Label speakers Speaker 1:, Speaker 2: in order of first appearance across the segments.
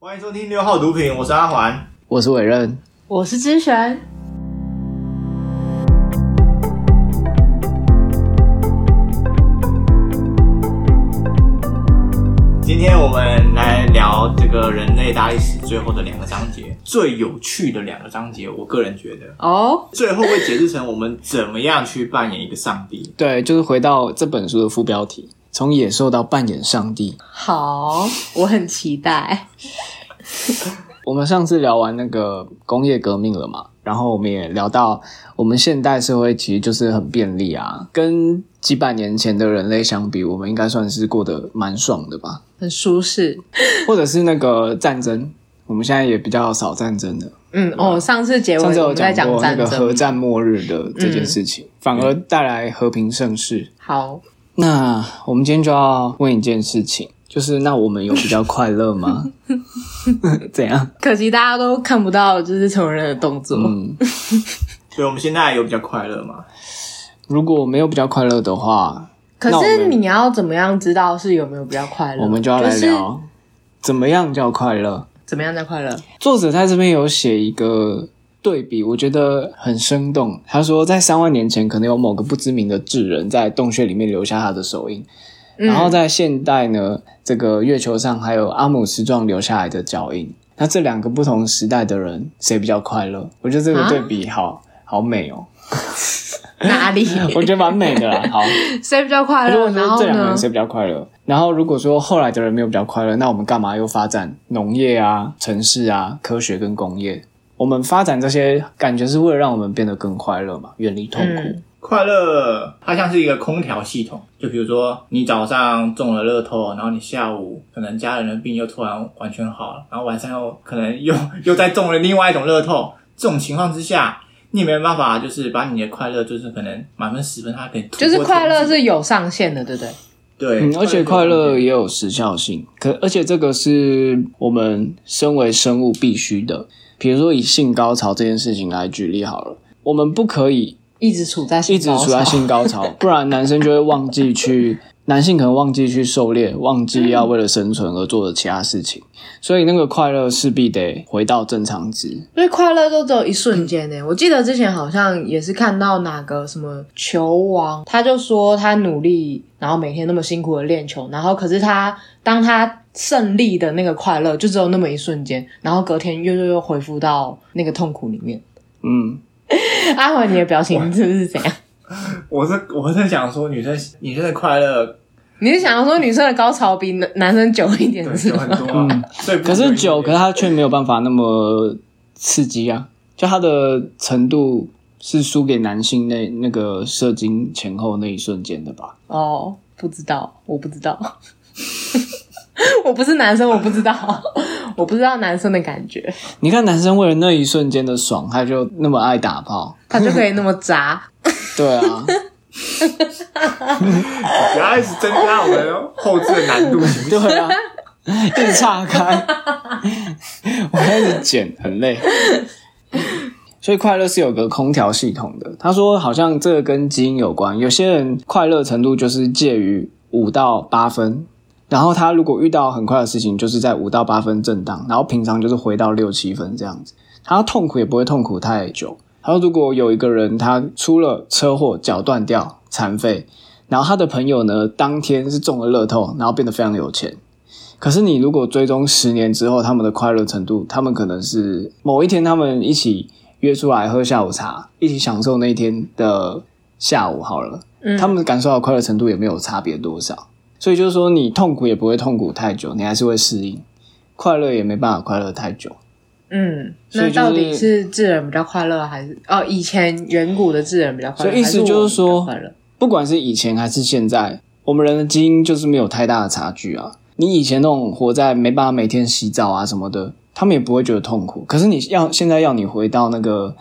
Speaker 1: 欢迎收听六号毒品，我是阿环。
Speaker 2: 我是伟任，
Speaker 3: 我是之璇，
Speaker 1: 今天我们来聊这个人类大历史最后的两个章节，最有趣的两个章节。我个人觉得，
Speaker 3: 哦，
Speaker 1: 最后会解释成我们怎么样去扮演一个上帝。
Speaker 2: 对，就是回到这本书的副标题，从野兽到扮演上帝。
Speaker 3: 好，我很期待。
Speaker 2: 我们上次聊完那个工业革命了嘛，然后我们也聊到我们现代社会其实就是很便利啊，跟几百年前的人类相比，我们应该算是过得蛮爽的吧，
Speaker 3: 很舒适，
Speaker 2: 或者是那个战争。我们现在也比较少战争了。
Speaker 3: 嗯，哦，上次结
Speaker 2: 上
Speaker 3: 尾
Speaker 2: 次
Speaker 3: 我
Speaker 2: 有
Speaker 3: 们在讲
Speaker 2: 过那
Speaker 3: 战
Speaker 2: 个核
Speaker 3: 争，嗯
Speaker 2: 战末日的这件事情，反而带来和平盛世。
Speaker 3: 好，
Speaker 2: 那我们今天就要问一件事情，就是那我们有比较快乐吗？ 怎样？
Speaker 3: 可惜大家都看不到就是成人的动作，
Speaker 2: 嗯，
Speaker 1: 所以我们现在有比较快乐嘛？
Speaker 2: 如果没有比较快乐的话，
Speaker 3: 可
Speaker 2: 那我
Speaker 3: 是
Speaker 2: 们
Speaker 3: 你要怎么样知道是有没有比较快乐？
Speaker 2: 我们就要来
Speaker 3: 是
Speaker 2: 聊怎么样叫快乐。
Speaker 3: 怎么样叫快乐？
Speaker 2: 作者在这边有写一个对比，我觉得很生动。他说，在三万年前，可能有某个不知名的智人在洞穴里面留下他的手印，然后在现代呢，这个月球上还有阿姆斯壮留下来的脚印。那这两个不同时代的人，谁比较快乐？我觉得这个
Speaker 3: 啊
Speaker 2: 对比好、好美哦，
Speaker 3: 哪 里？
Speaker 2: 我觉得蛮美的啦。好，
Speaker 3: 谁比较快
Speaker 2: 如
Speaker 3: 乐
Speaker 2: 果？
Speaker 3: 哎然
Speaker 2: 说
Speaker 3: 后
Speaker 2: 这两个
Speaker 3: 呢
Speaker 2: 人？谁比较快乐，然后如果说后来的人没有比较快乐，那我们干嘛又发展农业啊、城市啊、科学跟工业？我们发展这些，感觉是为了让我们变得更快乐嘛，远离痛苦。
Speaker 3: 嗯
Speaker 1: 快乐，它像是一个空调系统。就比如说，你早上中了乐透，然后你下午可能家人的病又突然完全好了，然后晚上又可能又 又再中了另外一种乐透。这种情况之下，你也没办法，就是把你的快乐，就是可能满分十分，它可以突破
Speaker 3: 就是快乐
Speaker 1: 天际
Speaker 3: 是有上限的，对不对？
Speaker 1: 对，
Speaker 2: 嗯，而且快乐
Speaker 1: 就是
Speaker 2: 也有时效性，可而且这个是我们身为生物必须的。比如说以性高潮这件事情来举例好了，我们不可以
Speaker 3: 一直处在
Speaker 2: 一直处在
Speaker 3: 性
Speaker 2: 性高潮，不然男生就会忘记去，男性可能忘记去狩猎，忘记要为了生存而做的其他事情，所以那个快乐势必得回到正常值。
Speaker 3: 因为快乐都只有一瞬间呢、欸我记得之前好像也是看到哪个什么球王，他就说他努力，然后每天那么辛苦的练球，然后可是他当他胜利的那个快乐就只有那么一瞬间，然后隔天又又又恢复到那个痛苦里面。
Speaker 2: 嗯，
Speaker 3: 阿华，你的表情这是怎样？
Speaker 1: 我是我是想说，女生女生的快乐
Speaker 3: 你是想要说女生的高潮比男男生久一 点
Speaker 1: 对
Speaker 3: 是
Speaker 1: 有
Speaker 3: 吗
Speaker 1: 很？多、啊，
Speaker 2: 嗯
Speaker 1: 所以不
Speaker 2: 可
Speaker 1: 有
Speaker 2: 是
Speaker 1: 一
Speaker 2: 酒，可是它却没有办法那么刺激啊，就它的程度是输给男性那那个射精前后那一瞬间的吧？
Speaker 3: 哦，不知道，我不知道， 我不是男生，我不知道， 我不知道男生的感觉。
Speaker 2: 你看男生为了那一瞬间的爽，他就那么爱打炮，
Speaker 3: 他就可以那么渣。
Speaker 2: 对啊。
Speaker 1: 原来是增加我们后置的难度， 行不行？
Speaker 2: 对啊，一直岔开，我开始剪，很 累。所以快乐是有个空调系统的。他说，好像这个跟基因有关，有些人快乐程度就是介于五到八分，然后他如果遇到很快的事情，就是在五到八分震荡，然后平常就是回到六七分这样子。他痛苦也不会痛苦太久。他说，如果有一个人他出了车祸，脚断掉、残废，然后他的朋友呢，当天是中了乐透，然后变得非常有钱。可是你如果追踪十年之后他们的快乐程度，他们可能是某一天他们一起约出来喝下午茶，一起享受那一天的下午好了，
Speaker 3: 嗯
Speaker 2: 他们感受到的快乐程度也没有差别多少。所以就是说，你痛苦也不会痛苦太久，你还是会适应；快乐也没办法快乐太久。
Speaker 3: 嗯，
Speaker 2: 所以
Speaker 3: 那
Speaker 2: 就是
Speaker 3: 到底是智人比较快乐，还是哦以前远古的智人比较快乐？
Speaker 2: 所以意思
Speaker 3: 还
Speaker 2: 就是
Speaker 3: 我
Speaker 2: 说
Speaker 3: 们比较快乐
Speaker 2: 不管是以前还是现在，我们人的基因就是没有太大的差距啊。你以前那种活在没办法每天洗澡啊什么的，他们也不会觉得痛苦。可是你要现在要你回到那个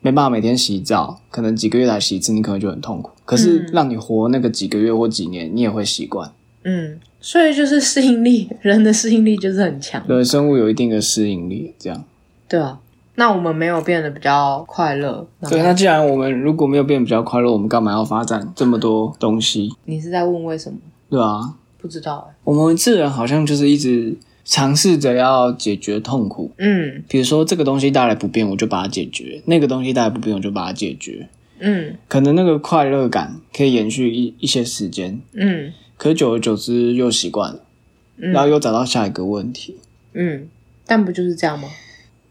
Speaker 2: 没办法每天洗澡，可能几个月来洗一次，你可能就很痛苦。可是
Speaker 3: 嗯
Speaker 2: 让你活那个几个月或几年，你也会习惯。
Speaker 3: 嗯，所以就是适应力，人的适应力就是很强，
Speaker 2: 对生物有一定的适应力，这样。
Speaker 3: 对啊。那我们没有变得比较快乐，那
Speaker 2: 对，那啊既然我们如果没有变得比较快乐，我们干嘛要发展这么多东西？
Speaker 3: 你是在问为什么？
Speaker 2: 对啊，
Speaker 3: 不知道、欸
Speaker 2: 我们自然好像就是一直尝试着要解决痛苦。
Speaker 3: 嗯
Speaker 2: 比如说这个东西带来不便，我就把它解决；那个东西带来不便，我就把它解决。
Speaker 3: 嗯
Speaker 2: 可能那个快乐感可以延续一一些时间，
Speaker 3: 嗯
Speaker 2: 可是久而久之又习惯了，然后又找到下一个问题。
Speaker 3: 嗯，但不就是这样吗？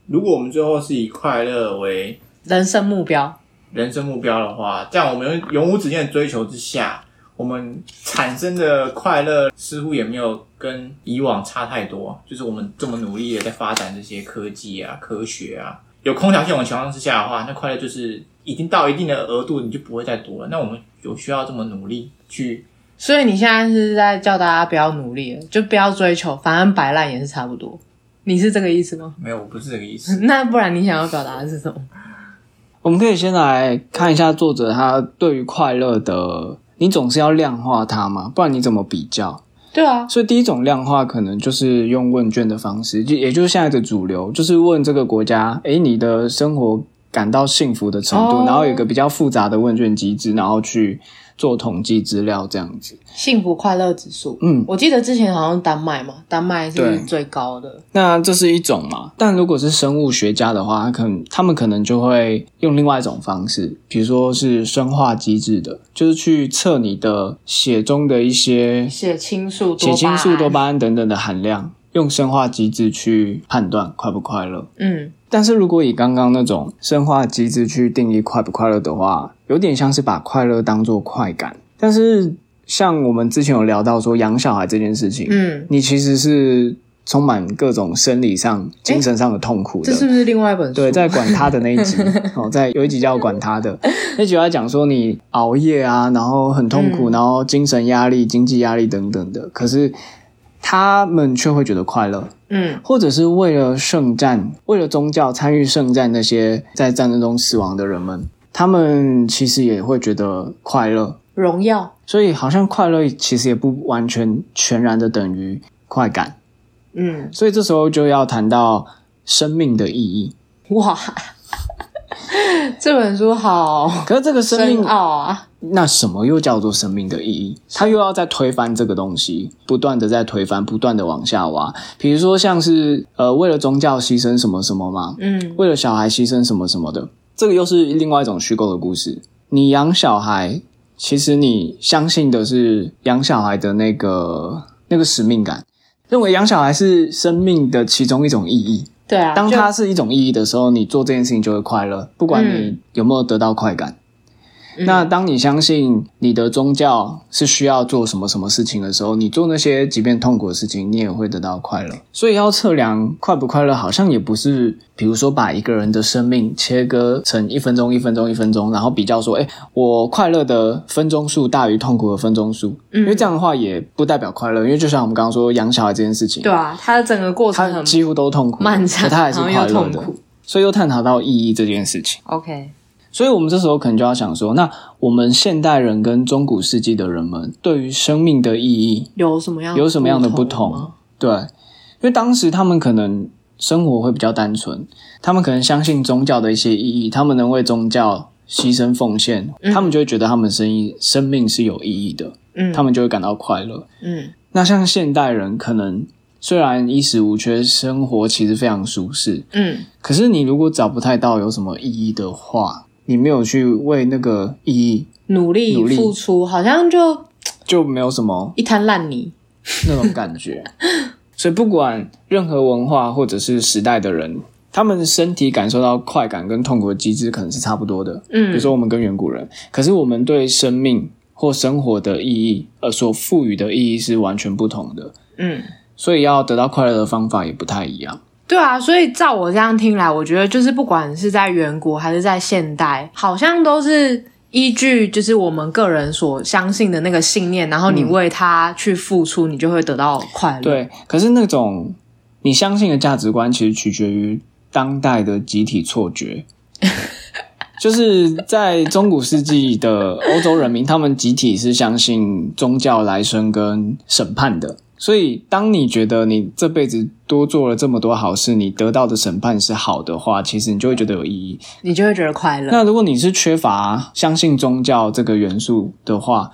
Speaker 1: 如果我们最后是以快乐为
Speaker 3: 人生目标，
Speaker 1: 人生目标的话，在我们永无止境的追求之下，我们产生的快乐似乎也没有跟以往差太多。就是我们这么努力的在发展这些科技啊、科学啊，有空调系统的情况之下的话，那快乐就是已经到一定的额度，你就不会再多了。那我们有需要这么努力去
Speaker 3: 所以你现在是在叫大家不要努力了，就不要追求，反正摆烂也是差不多。你是这个意思吗？
Speaker 1: 没有，我不是这个意
Speaker 2: 嗯
Speaker 1: 思。
Speaker 3: 那不然你想要表达的是什么？
Speaker 2: 我们可以先来看一下作者他对于快乐的，你总是要量化它嘛，不然你怎么比较？
Speaker 3: 对啊，
Speaker 2: 所以第一种量化可能就是用问卷的方式，就也就是现在的主流，就是问这个国家，诶，你的生活感到幸福的程度，
Speaker 3: 哦
Speaker 2: 然后有一个比较复杂的问卷机制，然后去做统计资料这样子。
Speaker 3: 幸福快乐指数。
Speaker 2: 嗯，
Speaker 3: 我记得之前好像丹麦嘛，丹麦
Speaker 2: 对
Speaker 3: 是最高的。
Speaker 2: 那这是一种嘛？但如果是生物学家的话，他可能他们可能就会用另外一种方式，比如说是生化机制的，就是去测你的血中的一些
Speaker 3: 血清素、多
Speaker 2: 血清素、多
Speaker 3: 吧？
Speaker 2: 巴胺等等的含量，用生化机制去判断快不快乐。
Speaker 3: 嗯，
Speaker 2: 但是如果以刚刚那种生化机制去定义快不快乐的话，有点像是把快乐当做快感。但是像我们之前有聊到说养小孩这件事情，
Speaker 3: 嗯，
Speaker 2: 你其实是充满各种生理上、精神上的痛苦的。
Speaker 3: 这是不是另外一本书？
Speaker 2: 对，在管他的那一 集，哦，在有一集叫管他的，那集要讲说你熬夜啊，然后很痛苦，
Speaker 3: 嗯
Speaker 2: 然后精神压力、经济压力等等的，可是他们却会觉得快乐。
Speaker 3: 嗯
Speaker 2: 或者是为了圣战、为了宗教参与圣战那些在战争中死亡的人们，他们其实也会觉得快乐。
Speaker 3: 荣耀，
Speaker 2: 所以，好像快乐其实也不完全全然的等于快感。
Speaker 3: 嗯，
Speaker 2: 所以，这时候就要谈到生命的意义。
Speaker 3: 哇， 这本书好
Speaker 2: 可是，这个生
Speaker 3: 深
Speaker 2: 命，哦
Speaker 3: 奥啊！
Speaker 2: 那什么又叫做生命的意义？它又要再推翻这个东西，不断的在推翻，不断的往下挖。比如说，像是呃，为了宗教牺牲什么什么嘛，
Speaker 3: 嗯
Speaker 2: 为了小孩牺牲什么什么的，这个又是另外一种虚构的故事。你养小孩，其实你相信的是养小孩的那个那个使命感，认为养小孩是生命的其中一种意义。
Speaker 3: 对啊，
Speaker 2: 当
Speaker 3: 就
Speaker 2: 它是一种意义的时候，你做这件事情就会快乐，不管你
Speaker 3: 嗯
Speaker 2: 有没有得到快感。
Speaker 3: 嗯
Speaker 2: 那当你相信你的宗教是需要做什么什么事情的时候，你做那些即便痛苦的事情，你也会得到快乐。所以要测量快不快乐，好像也不是，比如说把一个人的生命切割成一分钟、一分钟、一分钟，然后比较说，哎，我快乐的分钟数大于痛苦的分钟数，
Speaker 3: 嗯
Speaker 2: 因为这样的话也不代表快乐，因为就像我们刚刚说养小孩这件事情，
Speaker 3: 对啊，它的整个过程
Speaker 2: 他
Speaker 3: 很
Speaker 2: 几乎都痛苦，
Speaker 3: 漫
Speaker 2: 可
Speaker 3: 长，
Speaker 2: 他还
Speaker 3: 然
Speaker 2: 是
Speaker 3: 后
Speaker 2: 快
Speaker 3: 又
Speaker 2: 乐
Speaker 3: 痛
Speaker 2: 的，
Speaker 3: 苦。
Speaker 2: 所以又探讨到意义这件事情。
Speaker 3: OK，
Speaker 2: 所以我们这时候可能就要想说，那我们现代人跟中古世纪的人们对于生命的意义
Speaker 3: 有什么样
Speaker 2: 有什么样的不同
Speaker 3: 吗？？
Speaker 2: 对，因为当时他们可能生活会比较单纯，他们可能相信宗教的一些意义，他们能为宗教牺牲奉献，
Speaker 3: 嗯
Speaker 2: 他们就会觉得他们生意生命是有意义的，
Speaker 3: 嗯，
Speaker 2: 他们就会感到快乐。
Speaker 3: 嗯
Speaker 2: 那像现代人可能虽然衣食无缺，生活其实非常舒适，
Speaker 3: 嗯
Speaker 2: 可是你如果找不太到有什么意义的话，你没有去为那个意义，
Speaker 3: 努力
Speaker 2: 努力
Speaker 3: 付出，好像就
Speaker 2: 就没有什么
Speaker 3: 一滩烂泥。
Speaker 2: 那种感觉。所以不管任何文化或者是时代的人，他们身体感受到快感跟痛苦的机制可能是差不多的。比如
Speaker 3: 嗯
Speaker 2: 说我们跟远古人，可是我们对生命或生活的意义，呃，所赋予的意义是完全不同的。
Speaker 3: 嗯，
Speaker 2: 所以要得到快乐的方法也不太一样。
Speaker 3: 对啊，所以照我这样听来，我觉得就是不管是在远古还是在现代，好像都是依据就是我们个人所相信的那个信念，然后你为他去付出，你就会得到快乐。，
Speaker 2: 对，可是那种你相信的价值观，其实取决于当代的集体错觉。就是在中古世纪的欧洲人民，他们集体是相信宗教来生跟审判的。所以，当你觉得你这辈子多做了这么多好事，你得到的审判是好的话，其实你就会觉得有意义。
Speaker 3: 你就会觉得快乐。
Speaker 2: 那如果你是缺乏相信宗教这个元素的话，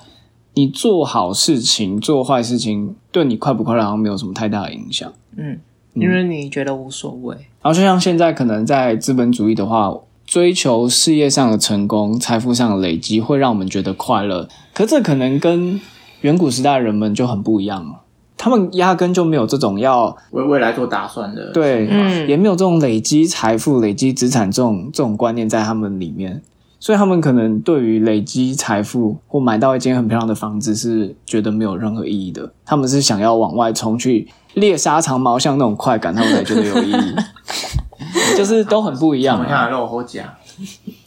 Speaker 2: 你做好事情、做坏事情，对你快不快乐好像没有什么太大的影响。
Speaker 3: 嗯，因为你觉得无所谓，
Speaker 2: 然后就像现在可能在资本主义的话，追求事业上的成功、财富上的累积，会让我们觉得快乐。可这可能跟远古时代人们就很不一样了，他们压根就没有这种要
Speaker 1: 为未来做打算的。，
Speaker 2: 对，
Speaker 3: 嗯
Speaker 2: 也没有这种累积财富、累积资产这种这种观念在他们里面。所以他们可能对于累积财富或买到一间很漂亮的房子是觉得没有任何意义的，他们是想要往外冲去猎杀长毛象那种快感，他们才觉得有意义，就是都很不一样
Speaker 1: 我下
Speaker 2: 啊。
Speaker 1: 来肉好假，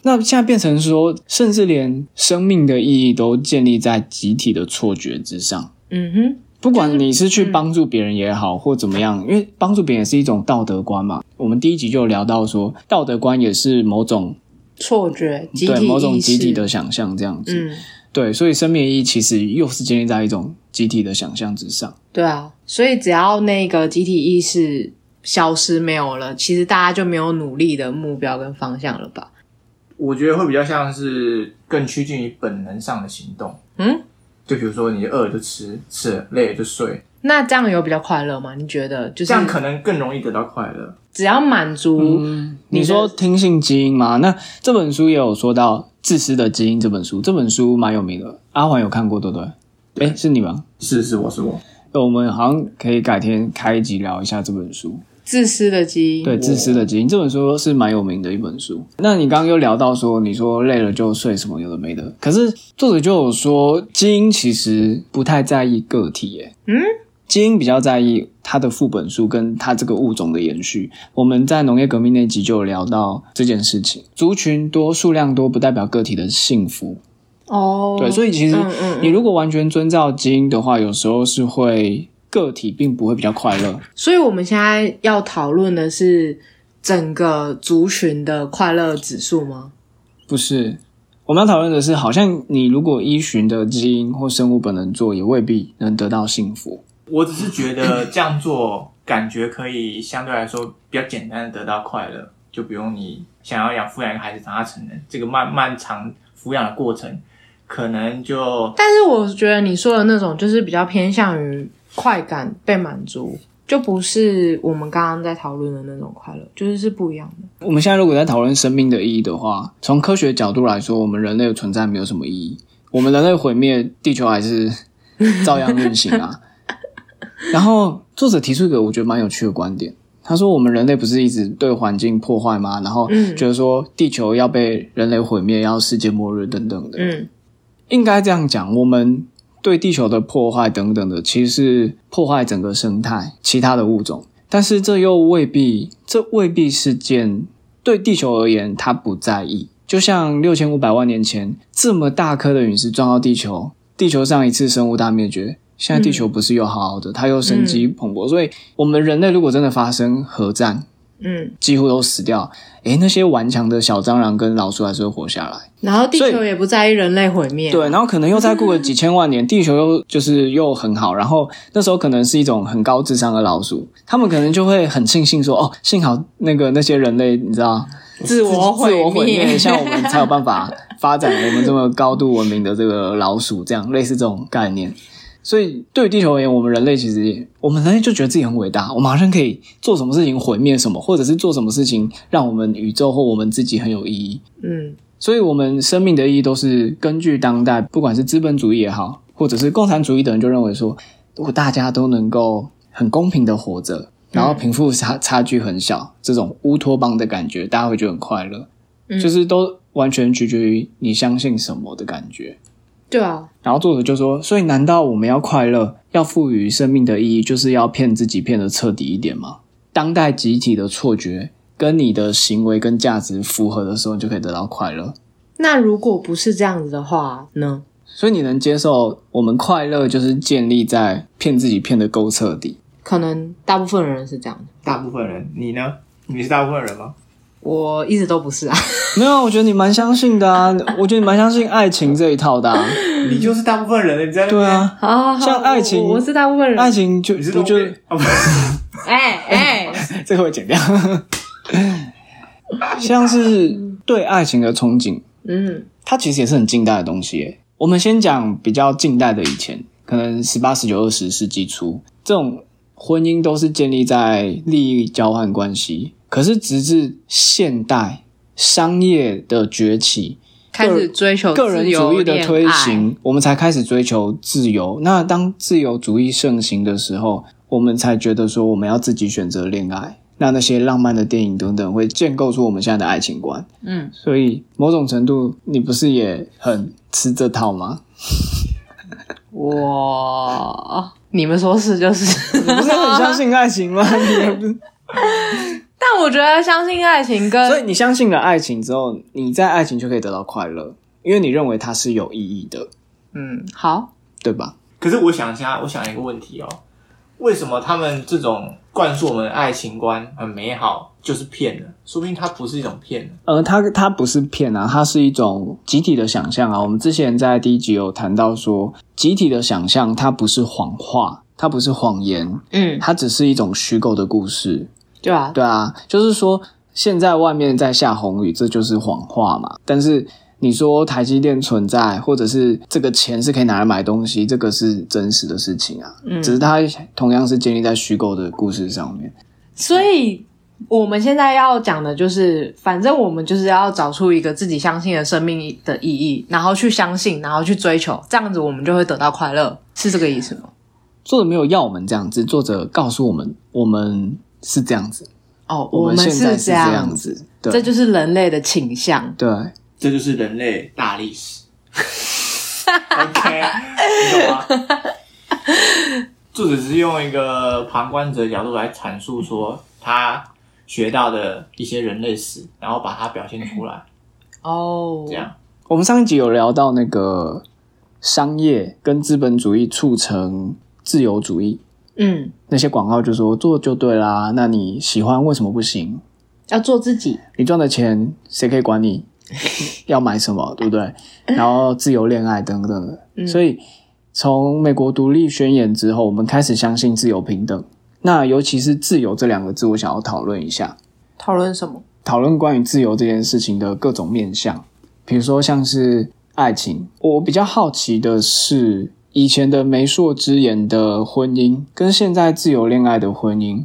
Speaker 2: 那现在变成说，甚至连生命的意义都建立在集体的错觉之上。
Speaker 3: 嗯哼，
Speaker 2: 不管你是
Speaker 3: 嗯
Speaker 2: 去帮助别人也好，或怎么样，因为帮助别人也是一种道德观嘛。我们第一集就有聊到说，道德观也是某种
Speaker 3: 错觉，集
Speaker 2: 对
Speaker 3: 体
Speaker 2: 某种
Speaker 3: 意识
Speaker 2: 集体的，想象这样子。
Speaker 3: 嗯，
Speaker 2: 对，所以生命意义其实又是建立在一种集体的想象之上。
Speaker 3: 对啊，所以只要那个集体意识消失没有了，其实大家就没有努力的目标跟方向了吧？
Speaker 1: 我觉得会比较像是更趋近于本能上的行动。
Speaker 3: 嗯，
Speaker 1: 就比如说你饿了就吃，吃了累了就睡，
Speaker 3: 那这样有比较快乐吗？你觉得？就是
Speaker 1: 这样可能更容易得到快乐。
Speaker 3: 只要满足，
Speaker 2: 嗯，你
Speaker 3: 你的
Speaker 2: 说听信基因吗？那这本书也有说到《自私的基因》这本书，这本书蛮有名的，阿环有看过对不对？哎，是你吗？
Speaker 1: 是是，我是我，
Speaker 2: 我们好像可以改天开一集聊一下这本书。
Speaker 3: 自私的基因，
Speaker 2: 对，《自私的基因》这本书是蛮有名的一本书。那你刚刚又聊到说，你说累了就睡什么有的没的，可是作者就有说，基因其实不太在意个体耶。
Speaker 3: 嗯。
Speaker 2: 基因比较在意它的副本数跟它这个物种的延续。我们在农业革命那集就有聊到这件事情，族群多、数量多不代表个体的幸福。
Speaker 3: 哦，
Speaker 2: 对，所以其实
Speaker 3: 嗯嗯嗯
Speaker 2: 你如果完全遵照基因的话，有时候是会个体并不会比较快乐。
Speaker 3: 所以我们现在要讨论的是整个族群的快乐指数吗？
Speaker 2: 不是，我们要讨论的是，好像你如果依循的基因或生物本能做，也未必能得到幸福。
Speaker 1: 我只是觉得这样做感觉可以相对来说比较简单的得到快乐，就不用你想要养抚养一个孩子长大成人这个漫漫长抚养的过程，可能就
Speaker 3: 但是我觉得你说的那种就是比较偏向于快感被满足，就不是我们刚刚在讨论的那种快乐，就是是不一样的。
Speaker 2: 我们现在如果在讨论生命的意义的话，从科学角度来说，我们人类的存在没有什么意义。我们人类毁灭，地球还是照样运行啊。然后作者提出一个我觉得蛮有趣的观点，他说我们人类不是一直对环境破坏吗？然后
Speaker 3: 嗯
Speaker 2: 觉得说地球要被人类毁灭，要世界末日等等的。
Speaker 3: 嗯
Speaker 2: 应该这样讲，我们对地球的破坏等等的，其实是破坏整个生态、其他的物种，但是这又未必，这未必是件对地球而言它不在意。就像六千五百万年前这么大颗的陨石撞到地球，地球上一次生物大灭绝，现在地球不是又好好的，它又生机蓬勃，所以我们人类如果真的发生核战，
Speaker 3: 嗯，
Speaker 2: 几乎都死掉，诶，那些顽强的小蟑螂跟老鼠还是会活下来。
Speaker 3: 然后地
Speaker 2: 所
Speaker 3: 球
Speaker 2: 以
Speaker 3: 也不在意人类毁灭，
Speaker 2: 对，然后可能又再过个几千万年，地球又就是又很好，然后那时候可能是一种很高智商的老鼠，他们可能就会很庆幸说，哦，幸好那个那些人类，你知道，
Speaker 3: 自我
Speaker 2: 自我毁
Speaker 3: 灭
Speaker 2: 灭，， 像我们才有办法发展我们这么高度文明的这个老鼠，这样类似这种概念。所以对于地球而言，我们人类其实也，我们人类就觉得自己很伟大，我们好像可以做什么事情毁灭什么，或者是做什么事情让我们宇宙或我们自己很有意义。
Speaker 3: 嗯
Speaker 2: 所以，我们生命的意义都是根据当代，不管是资本主义也好，或者是共产主义的人就认为说，如果大家都能够很公平的活着，然后贫富差差距很小，这种乌托邦的感觉，大家会觉得很快乐。
Speaker 3: 嗯
Speaker 2: 就是都完全取决于你相信什么的感觉。
Speaker 3: 对啊，
Speaker 2: 然后作者就说：“所以，难道我们要快乐，要赋予生命的意义，就是要骗自己骗得彻底一点吗？当代集体的错觉跟你的行为跟价值符合的时候，你就可以得到快乐。”
Speaker 3: 那如果不是这样子的话呢？
Speaker 2: 所以你能接受我们快乐就是建立在骗自己骗得够彻底。
Speaker 3: 可能大部分人是这样的，
Speaker 1: 大部分人。你呢？你是大部分人吗？
Speaker 3: 我一直都不是啊。
Speaker 2: 没有啊，我觉得你蛮相信的啊，我觉得你蛮相信爱情这一套的、啊。
Speaker 1: 你就是大部分人了，你在那边
Speaker 2: 对，啊，
Speaker 3: 啊，
Speaker 2: 像爱情
Speaker 3: 我我是大部分人，
Speaker 2: 爱情就
Speaker 1: 你是
Speaker 2: 不就
Speaker 1: 东北哦不
Speaker 3: 哎哎，
Speaker 2: 这个会剪掉， 像是对爱情的憧憬，
Speaker 3: 嗯
Speaker 2: 它其实也是很近代的东西耶。我们先讲比较近代的以前，可能十八、十九、二十世纪初，这种婚姻都是建立在利益交换关系。可是直至现代商业的崛起，
Speaker 3: 开始追求
Speaker 2: 个人
Speaker 3: 自由
Speaker 2: 主义的
Speaker 3: 恋
Speaker 2: 推
Speaker 3: 爱，
Speaker 2: 行，我们才开始追求自由。那当自由主义盛行的时候，我们才觉得说我们要自己选择恋爱。那那些浪漫的电影等等，会建构出我们现在的爱情观。
Speaker 3: 嗯，
Speaker 2: 所以某种程度，你不是也很吃这套 吗？
Speaker 3: 我你们说是就是，
Speaker 2: 你不是很相信爱情吗？你也不是
Speaker 3: 但我觉得相信爱情
Speaker 2: 所以
Speaker 3: 跟
Speaker 2: 你相信了爱情之后，你在爱情就可以得到快乐，因为你认为它是有意义的，
Speaker 1: 嗯，
Speaker 3: 好
Speaker 2: 对吧？
Speaker 1: 可是我想一下，我想一个问题哦，为什么他们这种灌输我们的爱情观很美好，就是骗的？说不定它不是一种骗的。
Speaker 2: 呃，它它不是骗啊，它是一种集体的想象啊。我们之前在第一集有谈到说，集体的想象它不是谎话，它不是谎言，
Speaker 3: 嗯
Speaker 2: 它只是一种虚构的故事。
Speaker 3: 对吧？
Speaker 2: 对啊，就是说现在外面在下红雨，这就是谎话嘛。但是你说台积电存在，或者是这个钱是可以拿来买东西，这个是真实的事情啊。
Speaker 3: 嗯
Speaker 2: 只是它同样是建立在虚构的故事上面。
Speaker 3: 所以我们现在要讲的就是，反正我们就是要找出一个自己相信的生命的意义，然后去相信，然后去追求，这样子我们就会得到快乐，是这个意思吗？
Speaker 2: 作者没有要我们这样子，作者告诉我们，我们是这样子，
Speaker 3: 哦，
Speaker 2: 我
Speaker 3: 们
Speaker 2: 现在
Speaker 3: 这
Speaker 2: 这
Speaker 3: 样
Speaker 2: 样，子，
Speaker 3: 这
Speaker 2: 对
Speaker 3: 就是人类的倾向。
Speaker 2: 对。
Speaker 1: 这就是人类大历史。OK，你懂吗？作者是用一个旁观者的角度来阐述说他学到的一些人类史，然后把它表现出来，
Speaker 3: 哦
Speaker 1: 这，样。
Speaker 2: 我们上一集有聊到那个商业跟资本主义促成自由主义，
Speaker 3: 嗯，
Speaker 2: 那些广告就说做就对啦，那你喜欢为什么不行？
Speaker 3: 要做自己，
Speaker 2: 你赚的钱谁可以管你？要买什么，对不对？然后自由恋爱等等的。所以从美国独立宣言之后，我们开始相信自由平等。那尤其是“自由”这两个字，我想要讨论一下，
Speaker 3: 讨论什么？
Speaker 2: 讨论关于自由这件事情的各种面向，比如说像是爱情。我比较好奇的是，以前的媒妁之言的婚姻，跟现在自由恋爱的婚姻，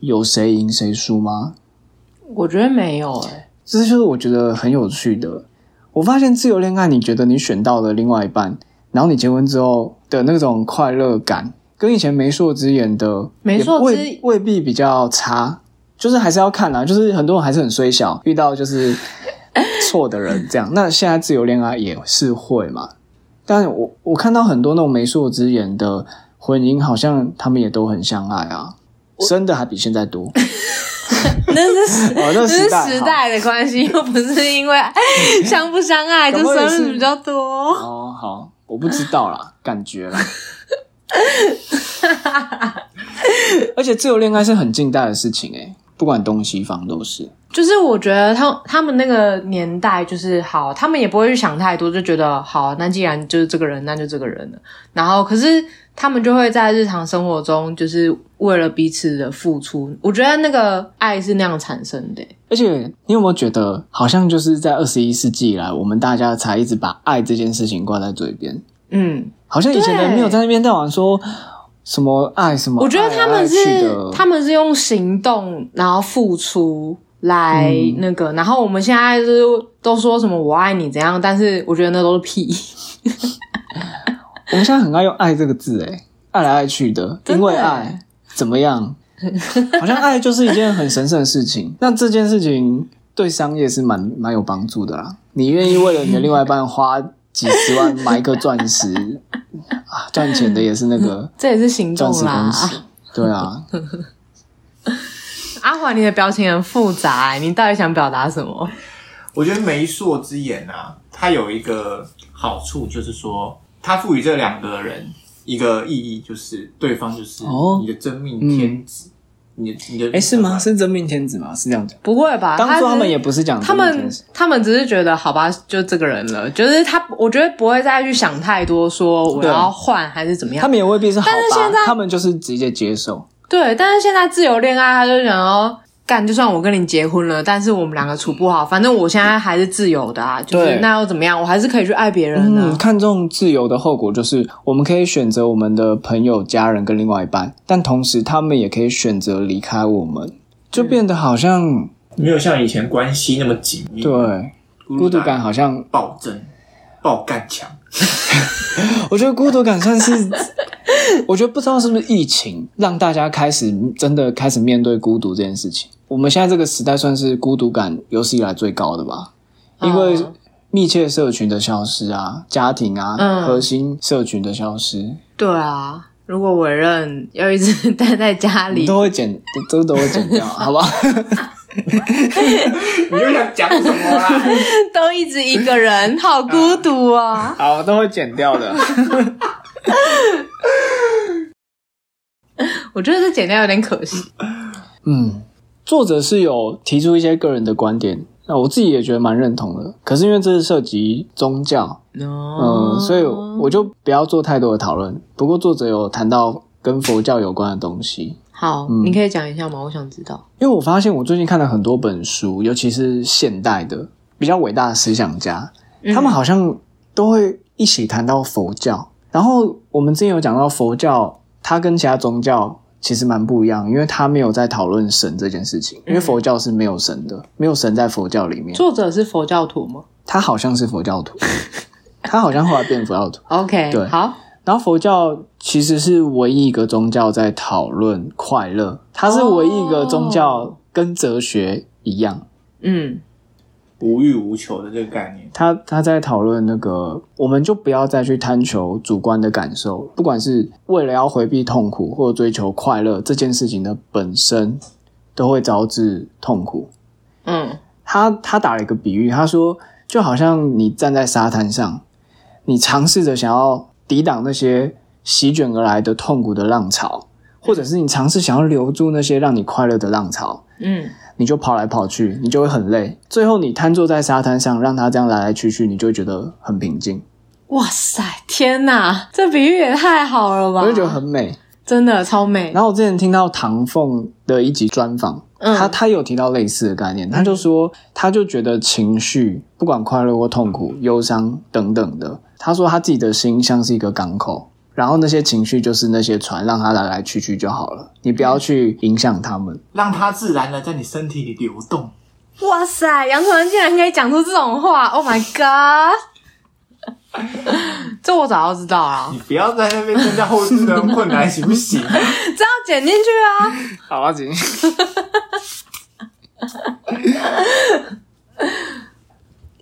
Speaker 2: 有谁赢谁输吗？
Speaker 3: 我觉得没有欸诶、
Speaker 2: 这就是我觉得很有趣的。我发现自由恋爱，你觉得你选到了另外一半，然后你结婚之后的那种快乐感，跟以前媒妁之言的
Speaker 3: 媒妁之
Speaker 2: 也未未必比较差，就是还是要看啦。就是很多人还是很衰小，遇到就是错的人这样。那现在自由恋爱也是会嘛？但我我看到很多那种媒妁之言的婚姻，好像他们也都很相爱啊，生的还比现在多。
Speaker 3: 那是时
Speaker 2: 哦，那
Speaker 3: 那是
Speaker 2: 时代
Speaker 3: 时
Speaker 2: 好
Speaker 3: 代的关系，又不是 因为相不相爱就
Speaker 2: 搞不好也
Speaker 3: 生日
Speaker 2: 是
Speaker 3: 比较多。
Speaker 2: 哦，好，我不知道 啦，感觉啦。而且自由恋爱是很近代的事情诶、欸不管东西方都是。
Speaker 3: 就是我觉得他他们那个年代就是好，他们也不会去想太多，就觉得好，那既然就是这个人，那就这个人了。然后可是他们就会在日常生活中，就是为了彼此的付出。我觉得那个爱是那样产生的、欸
Speaker 2: 而且你有没有觉得，好像就是在二十一世纪以来，我们大家才一直把爱这件事情挂在嘴边，
Speaker 3: 嗯，
Speaker 2: 好像以前
Speaker 3: 对
Speaker 2: 人没有在那边在玩说什么爱什么爱
Speaker 3: 我觉得他们是
Speaker 2: 来来去的
Speaker 3: 他们是用行动，然后付出来
Speaker 2: 嗯
Speaker 3: 那个，然后我们现在就是都说什么我爱你怎样，但是我觉得那都是屁。
Speaker 2: 我们现在很爱用“爱”这个字，诶，爱来爱去的，
Speaker 3: 真的欸
Speaker 2: 因为爱怎么样？好像爱就是一件很神圣的事情。那这件事情对商业是蛮蛮有帮助的啦。你愿意为了你的另外一半花几十万买一颗钻石啊，赚钱的也是那个
Speaker 3: 这也是行动
Speaker 2: 钻石
Speaker 3: 嗯啦嗯
Speaker 2: 公。司。对啊，
Speaker 3: 阿华，你的表情很复杂、欸你到底想表达什么？
Speaker 1: 我觉得媒妁之言啊，它有一个好处，就是说它赋予这两个人一个意义，就是对方就是
Speaker 2: 哦
Speaker 1: 你的真命天子，你的你的
Speaker 2: 哎，是吗？是真命天子吗？是这样讲。
Speaker 3: 不会吧？
Speaker 2: 当初他们
Speaker 3: 只
Speaker 2: 也不是讲
Speaker 3: 啊他
Speaker 2: 真命天
Speaker 3: 们
Speaker 2: 子，
Speaker 3: 他们只是觉得好吧，就这个人了，就是他，我觉得不会再去想太多，说我
Speaker 2: 对啊
Speaker 3: 要换还是怎么样
Speaker 2: 他。们也未必是好
Speaker 3: 但是现
Speaker 2: 吧
Speaker 3: 在？
Speaker 2: 他们就是直接接受。
Speaker 3: 对，但是现在自由恋爱，他就想要。哦干，就算我跟你结婚了，但是我们两个处不好，反正我现在还是自由的啊，就是
Speaker 2: 对
Speaker 3: 那又怎么样？我还是可以去爱别人啊的、
Speaker 2: 嗯，看重自由的后果就是，我们可以选择我们的朋友、家人跟另外一半，但同时他们也可以选择离开我们，就变得好
Speaker 3: 嗯
Speaker 2: 像、
Speaker 1: 没有像以前关系那么紧密，
Speaker 2: 对孤
Speaker 1: 孤
Speaker 2: 独感好
Speaker 3: 嗯
Speaker 2: 像，
Speaker 1: 暴增，爆干强。
Speaker 2: 我觉得孤独感算 是，我觉得不知道是不是疫情让大家开始真的开始面对孤独这件事情。我们现在这个时代算是孤独感有史以来最高的吧，因为
Speaker 3: 哦
Speaker 2: 密切社群的消失啊，家庭啊，
Speaker 3: 嗯
Speaker 2: 核心社群的消失，
Speaker 3: 对啊，如果委任要一直待在家里，
Speaker 2: 都会剪，都都会剪掉，好不好？
Speaker 1: 你又想讲什么啊啦？
Speaker 3: 都一直一个人，好孤独啊！
Speaker 2: 好，都会剪掉的。
Speaker 3: 我觉得这剪掉有点可惜。
Speaker 2: 嗯，作者是有提出一些个人的观点，那我自己也觉得蛮认同的。可是因为这是涉及宗教，嗯、
Speaker 3: 哦
Speaker 2: 所以我就不要做太多的讨论。不过作者有谈到跟佛教有关的东西，
Speaker 3: 好，
Speaker 2: 嗯
Speaker 3: 你可以讲一下吗？我想知道。
Speaker 2: 因为我发现我最近看了很多本书，尤其是现代的比较伟大的思想家，
Speaker 3: 嗯
Speaker 2: 他们好像都会一起谈到佛教。然后我们之前有讲到佛教，它跟其他宗教其实蛮不一样，因为它没有在讨论神这件事情，因为佛教是没有神的，没有神在佛教里面。
Speaker 3: 嗯作者是佛教徒吗
Speaker 2: 他好像是佛教徒，他好像后来变佛教徒。
Speaker 3: ？OK，
Speaker 2: 对
Speaker 3: 好，
Speaker 2: 然后佛教其实是唯一一个宗教在讨论快乐，它是唯一一个宗
Speaker 3: 哦
Speaker 2: 教跟哲学一样。
Speaker 3: 嗯，
Speaker 1: 无欲无求的这个概念，
Speaker 2: 他他在讨论那个，我们就不要再去贪求主观的感受，不管是为了要回避痛苦或追求快乐这件事情的本身，都会招致痛苦。
Speaker 3: 嗯
Speaker 2: 他他打了一个比喻，他说就好像你站在沙滩上，你尝试着想要抵挡那些席卷而来的痛苦的浪潮，或者是你尝试想要留住那些让你快乐的浪潮，
Speaker 3: 嗯，
Speaker 2: 你就跑来跑去，你就会很累。最后你瘫坐在沙滩上，让它这样来来去去，你就会觉得很平静，
Speaker 3: 哇塞，天哪，这比喻也太好了吧！
Speaker 2: 我就觉得很美。
Speaker 3: 真的超美。
Speaker 2: 然后我之前听到唐凤的一集专访，
Speaker 3: 嗯
Speaker 2: 他他有提到类似的概念，他就说，他就觉得情绪不管快乐或痛苦、忧伤等等的，他说他自己的心像是一个港口，然后那些情绪就是那些船，让它来来去去就好了，你不要去影响他们。
Speaker 1: 让它自然的在你身体里流动。
Speaker 3: 哇塞，杨丞琳竟然可以讲出这种话！Oh my god！这我早就知道了
Speaker 1: 你，不要在那边增加后置的困 难，行不行？
Speaker 3: 这要剪进去啊！
Speaker 2: 好啊，姐。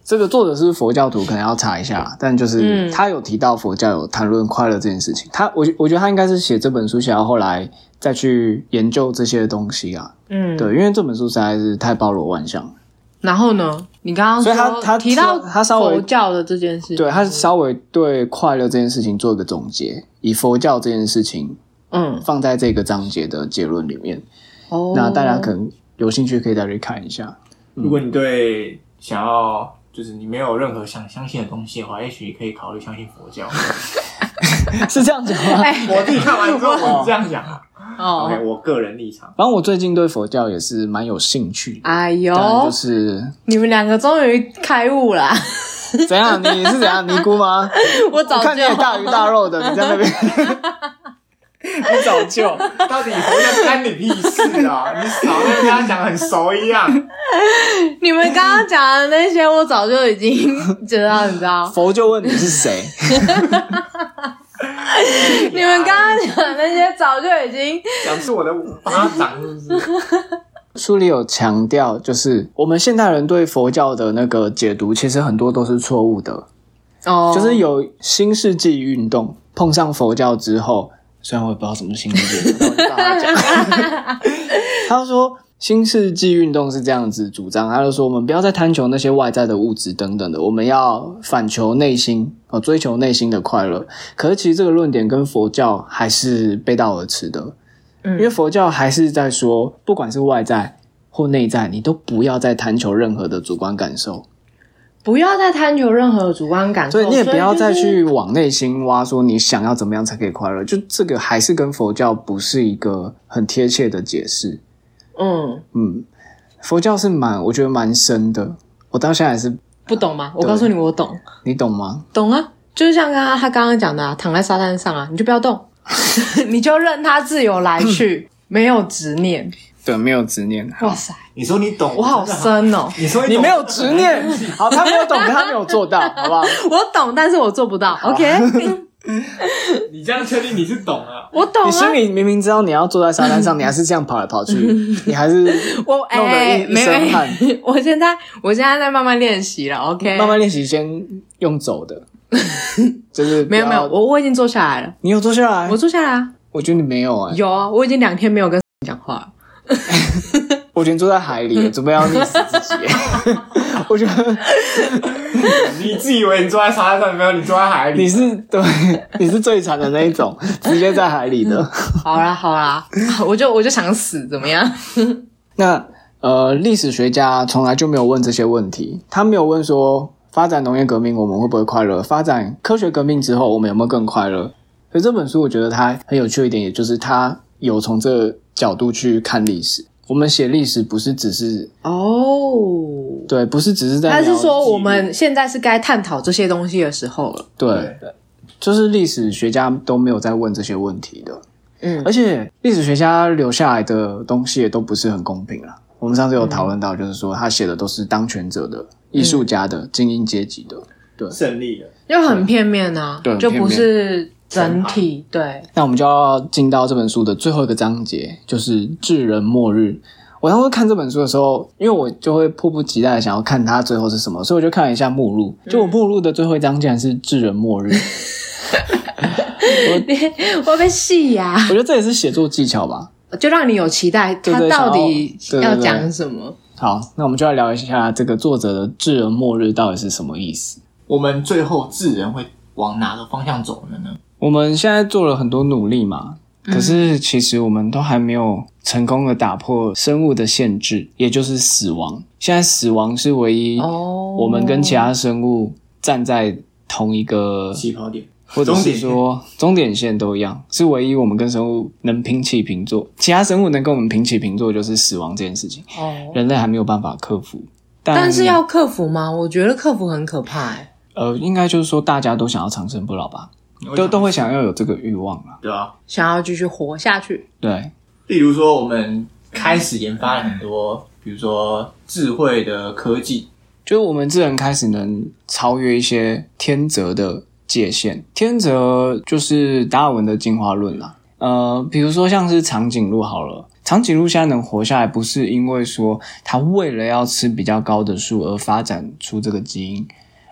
Speaker 2: 这个作者是佛教徒，可能要查一下。但就是
Speaker 3: 嗯
Speaker 2: 他有提到佛教有谈论快乐这件事情。他我我觉得他应该是写这本书，写到后来再去研究这些东西啊。
Speaker 3: 嗯，
Speaker 2: 对，因为这本书实在是太包罗万象了。
Speaker 3: 然后呢？你刚刚
Speaker 2: 所
Speaker 3: 说
Speaker 2: 以他他
Speaker 3: 提到
Speaker 2: 他稍微
Speaker 3: 佛教的这件事，
Speaker 2: 对，他稍微对快乐这件事情做一个总结，以佛教这件事情
Speaker 3: 嗯，
Speaker 2: 放在这个章节的结论里面。
Speaker 3: 哦，
Speaker 2: 那大家可能有兴趣可以再去看一下。
Speaker 1: 如果你对想要就是你没有任何想相信的东西的话，也许你可以考虑相信佛 教。
Speaker 2: 是这样讲吗？
Speaker 3: 哎
Speaker 1: 我自己看完之后，我是这样想 啊。
Speaker 3: 哦
Speaker 1: OK，，我个人立场，
Speaker 2: 反正我最近对佛教也是蛮有兴趣，当
Speaker 3: 哎
Speaker 2: 然
Speaker 3: 呦
Speaker 2: 就， 是
Speaker 3: 你们两个终于开悟啦！
Speaker 2: 怎样？你是怎样尼姑吗？
Speaker 3: 我 早
Speaker 2: 我看你也
Speaker 3: 就
Speaker 2: 大鱼大肉的，你在那边， 你早就
Speaker 1: 到底佛教干你屁事啊？你少在跟他讲很熟一样。
Speaker 3: 你们刚刚讲的那些，我早就已经 知道，你知道？
Speaker 2: 佛就问你是谁？
Speaker 3: 你们刚刚讲的那些，早就已经
Speaker 1: 讲出我的巴掌是不是？
Speaker 2: 书里有强调，就是我们现代人对佛教的那个解读，其实很多都是错误的，
Speaker 3: 哦，
Speaker 2: 就是有新世纪运动碰上佛教之后，虽然我也不知道什么新世纪，但 我就大概讲。他说新世纪运动是这样子主张，他就说我们不要再贪求那些外在的物质等等的，我们要反求内心，哦，追求内心的快乐。可是其实这个论点跟佛教还是背道而驰的，
Speaker 3: 嗯
Speaker 2: 因为佛教还是在说，不管是外在。或内在，你都不要再贪求任何的主观感受，
Speaker 3: 不要再贪求任何主观感受，
Speaker 2: 所以你也不要再
Speaker 3: 哦所以就是
Speaker 2: 去往内心挖，说你想要怎么样才可以快乐。就这个还是跟佛教不是一个很贴切的解释。
Speaker 3: 嗯
Speaker 2: 嗯，佛教是蛮，我觉得蛮深的。我到现在还是，
Speaker 3: 不懂吗？我告诉你，我懂，
Speaker 2: 你懂吗？
Speaker 3: 懂啊，就是像刚刚他刚刚讲的、啊，躺在沙滩上啊，你就不要动， 嗯你就任它自由来去，没有执念。
Speaker 2: 对，没有执念。
Speaker 3: 哇塞，
Speaker 1: 你说你懂，
Speaker 3: 我好
Speaker 1: 真的好。
Speaker 3: 深哦，
Speaker 1: 你说
Speaker 2: 你
Speaker 1: 懂
Speaker 2: 没有执念，好，他没有懂，他没有做到，好 不好？
Speaker 3: 我懂，但是我做不到。OK，
Speaker 1: 你这样确定你是懂啊？
Speaker 3: 我懂
Speaker 2: 你心
Speaker 3: 啊，
Speaker 2: 里明明知道你要坐在沙滩上，你还是这样跑来跑去，你还是
Speaker 3: 我
Speaker 2: 弄得
Speaker 3: 哎
Speaker 2: 一，一
Speaker 3: 没
Speaker 2: 身汗。
Speaker 3: 有， 我现在我现在在慢慢练习了。OK，
Speaker 2: 慢慢练习，先用走的，就是不
Speaker 3: 没
Speaker 2: 要
Speaker 3: 有没有，我我已经坐下来了，
Speaker 2: 你有坐下来，
Speaker 3: 我
Speaker 2: 我
Speaker 3: 坐下来啊，
Speaker 2: 我觉得你没有哎、
Speaker 3: 有啊，我已经两天没有跟讲话了。
Speaker 2: 我觉得你坐在海
Speaker 3: 嗯
Speaker 2: 里了，准备要溺死自己、 我觉得
Speaker 1: 你自以为你坐在沙滩上，没有你坐在海里。
Speaker 2: 你是对， 你是最惨的那一 种，直接在海里的。
Speaker 3: 好啦好啦， 我就我就想死，怎么样？
Speaker 2: 那呃，历史学家从来就没有问这些问题，他没有问说发展农业革命我们会不会快乐，发展科学革命之后我们有没有更快乐。所以这本书我觉得它很有趣一点，也就是它有从这个角度去看历史。我们写历史不是只是
Speaker 3: 哦，
Speaker 2: 对，不是只是在
Speaker 3: 他是
Speaker 2: 聊
Speaker 3: 说我们现在是该探讨这些东西的时候了。
Speaker 2: 对，就是历史学家都没有在问这些问题的，
Speaker 3: 嗯
Speaker 2: 而且历史学家留下来的东西也都不是很公平啦。我们上次有讨论到，就是说他写的都是当权者的、艺术家的、精英阶级的。
Speaker 1: 胜利了，
Speaker 3: 又很片面啊，
Speaker 2: 对
Speaker 3: 就不是整体。对，
Speaker 2: 那我们就要进到这本书的最后一个章节，就是智人末日。我当时看这本书的时候，因为我就会迫不及待地想要看它最后是什么，所以我就看了一下目录。就我目录的最后一章竟然是智人末日，
Speaker 3: 会被戏呀、
Speaker 2: 我觉得这也是写作技巧吧。
Speaker 3: 就让你有期待，
Speaker 2: 对
Speaker 3: 他
Speaker 2: 对
Speaker 3: 到底
Speaker 2: 想要
Speaker 3: 要
Speaker 2: 对对对
Speaker 3: 讲什么？
Speaker 2: 好，那我们就来聊一下这个作者的“智人末日”到底是什么意思。
Speaker 1: 我们最后智人会往哪个方向走了呢？
Speaker 2: 我们现在做了很多努力嘛，
Speaker 3: 嗯
Speaker 2: 可是其实我们都还没有成功的打破生物的限制，也就是死亡。现在死亡是唯一
Speaker 3: 哦
Speaker 2: 我们跟其他生物站在同一个，
Speaker 1: 起跑点，
Speaker 2: 或者是
Speaker 1: 终点
Speaker 2: 说终点线都一样，是唯一我们跟生物能平起平坐。其他生物能跟我们平起平坐，就是死亡这件事情，
Speaker 3: 哦，
Speaker 2: 人类还没有办法克服。但
Speaker 3: 但是要克服吗？我觉得克服很可怕、欸。
Speaker 2: 呃，应该就是说大家都想要长生不老吧，都都会想要有这个欲望啦。
Speaker 1: 对啊。
Speaker 3: 想要继续活下去，
Speaker 2: 对，
Speaker 1: 例如说，我们开始研发了很多，比如说智慧的科技，
Speaker 2: 就是我们自然开始能超越一些天择的界限。天择就是达尔文的进化论啦。呃，比如说像是长颈鹿好了，长颈鹿现在能活下来，不是因为说它为了要吃比较高的树而发展出这个基因，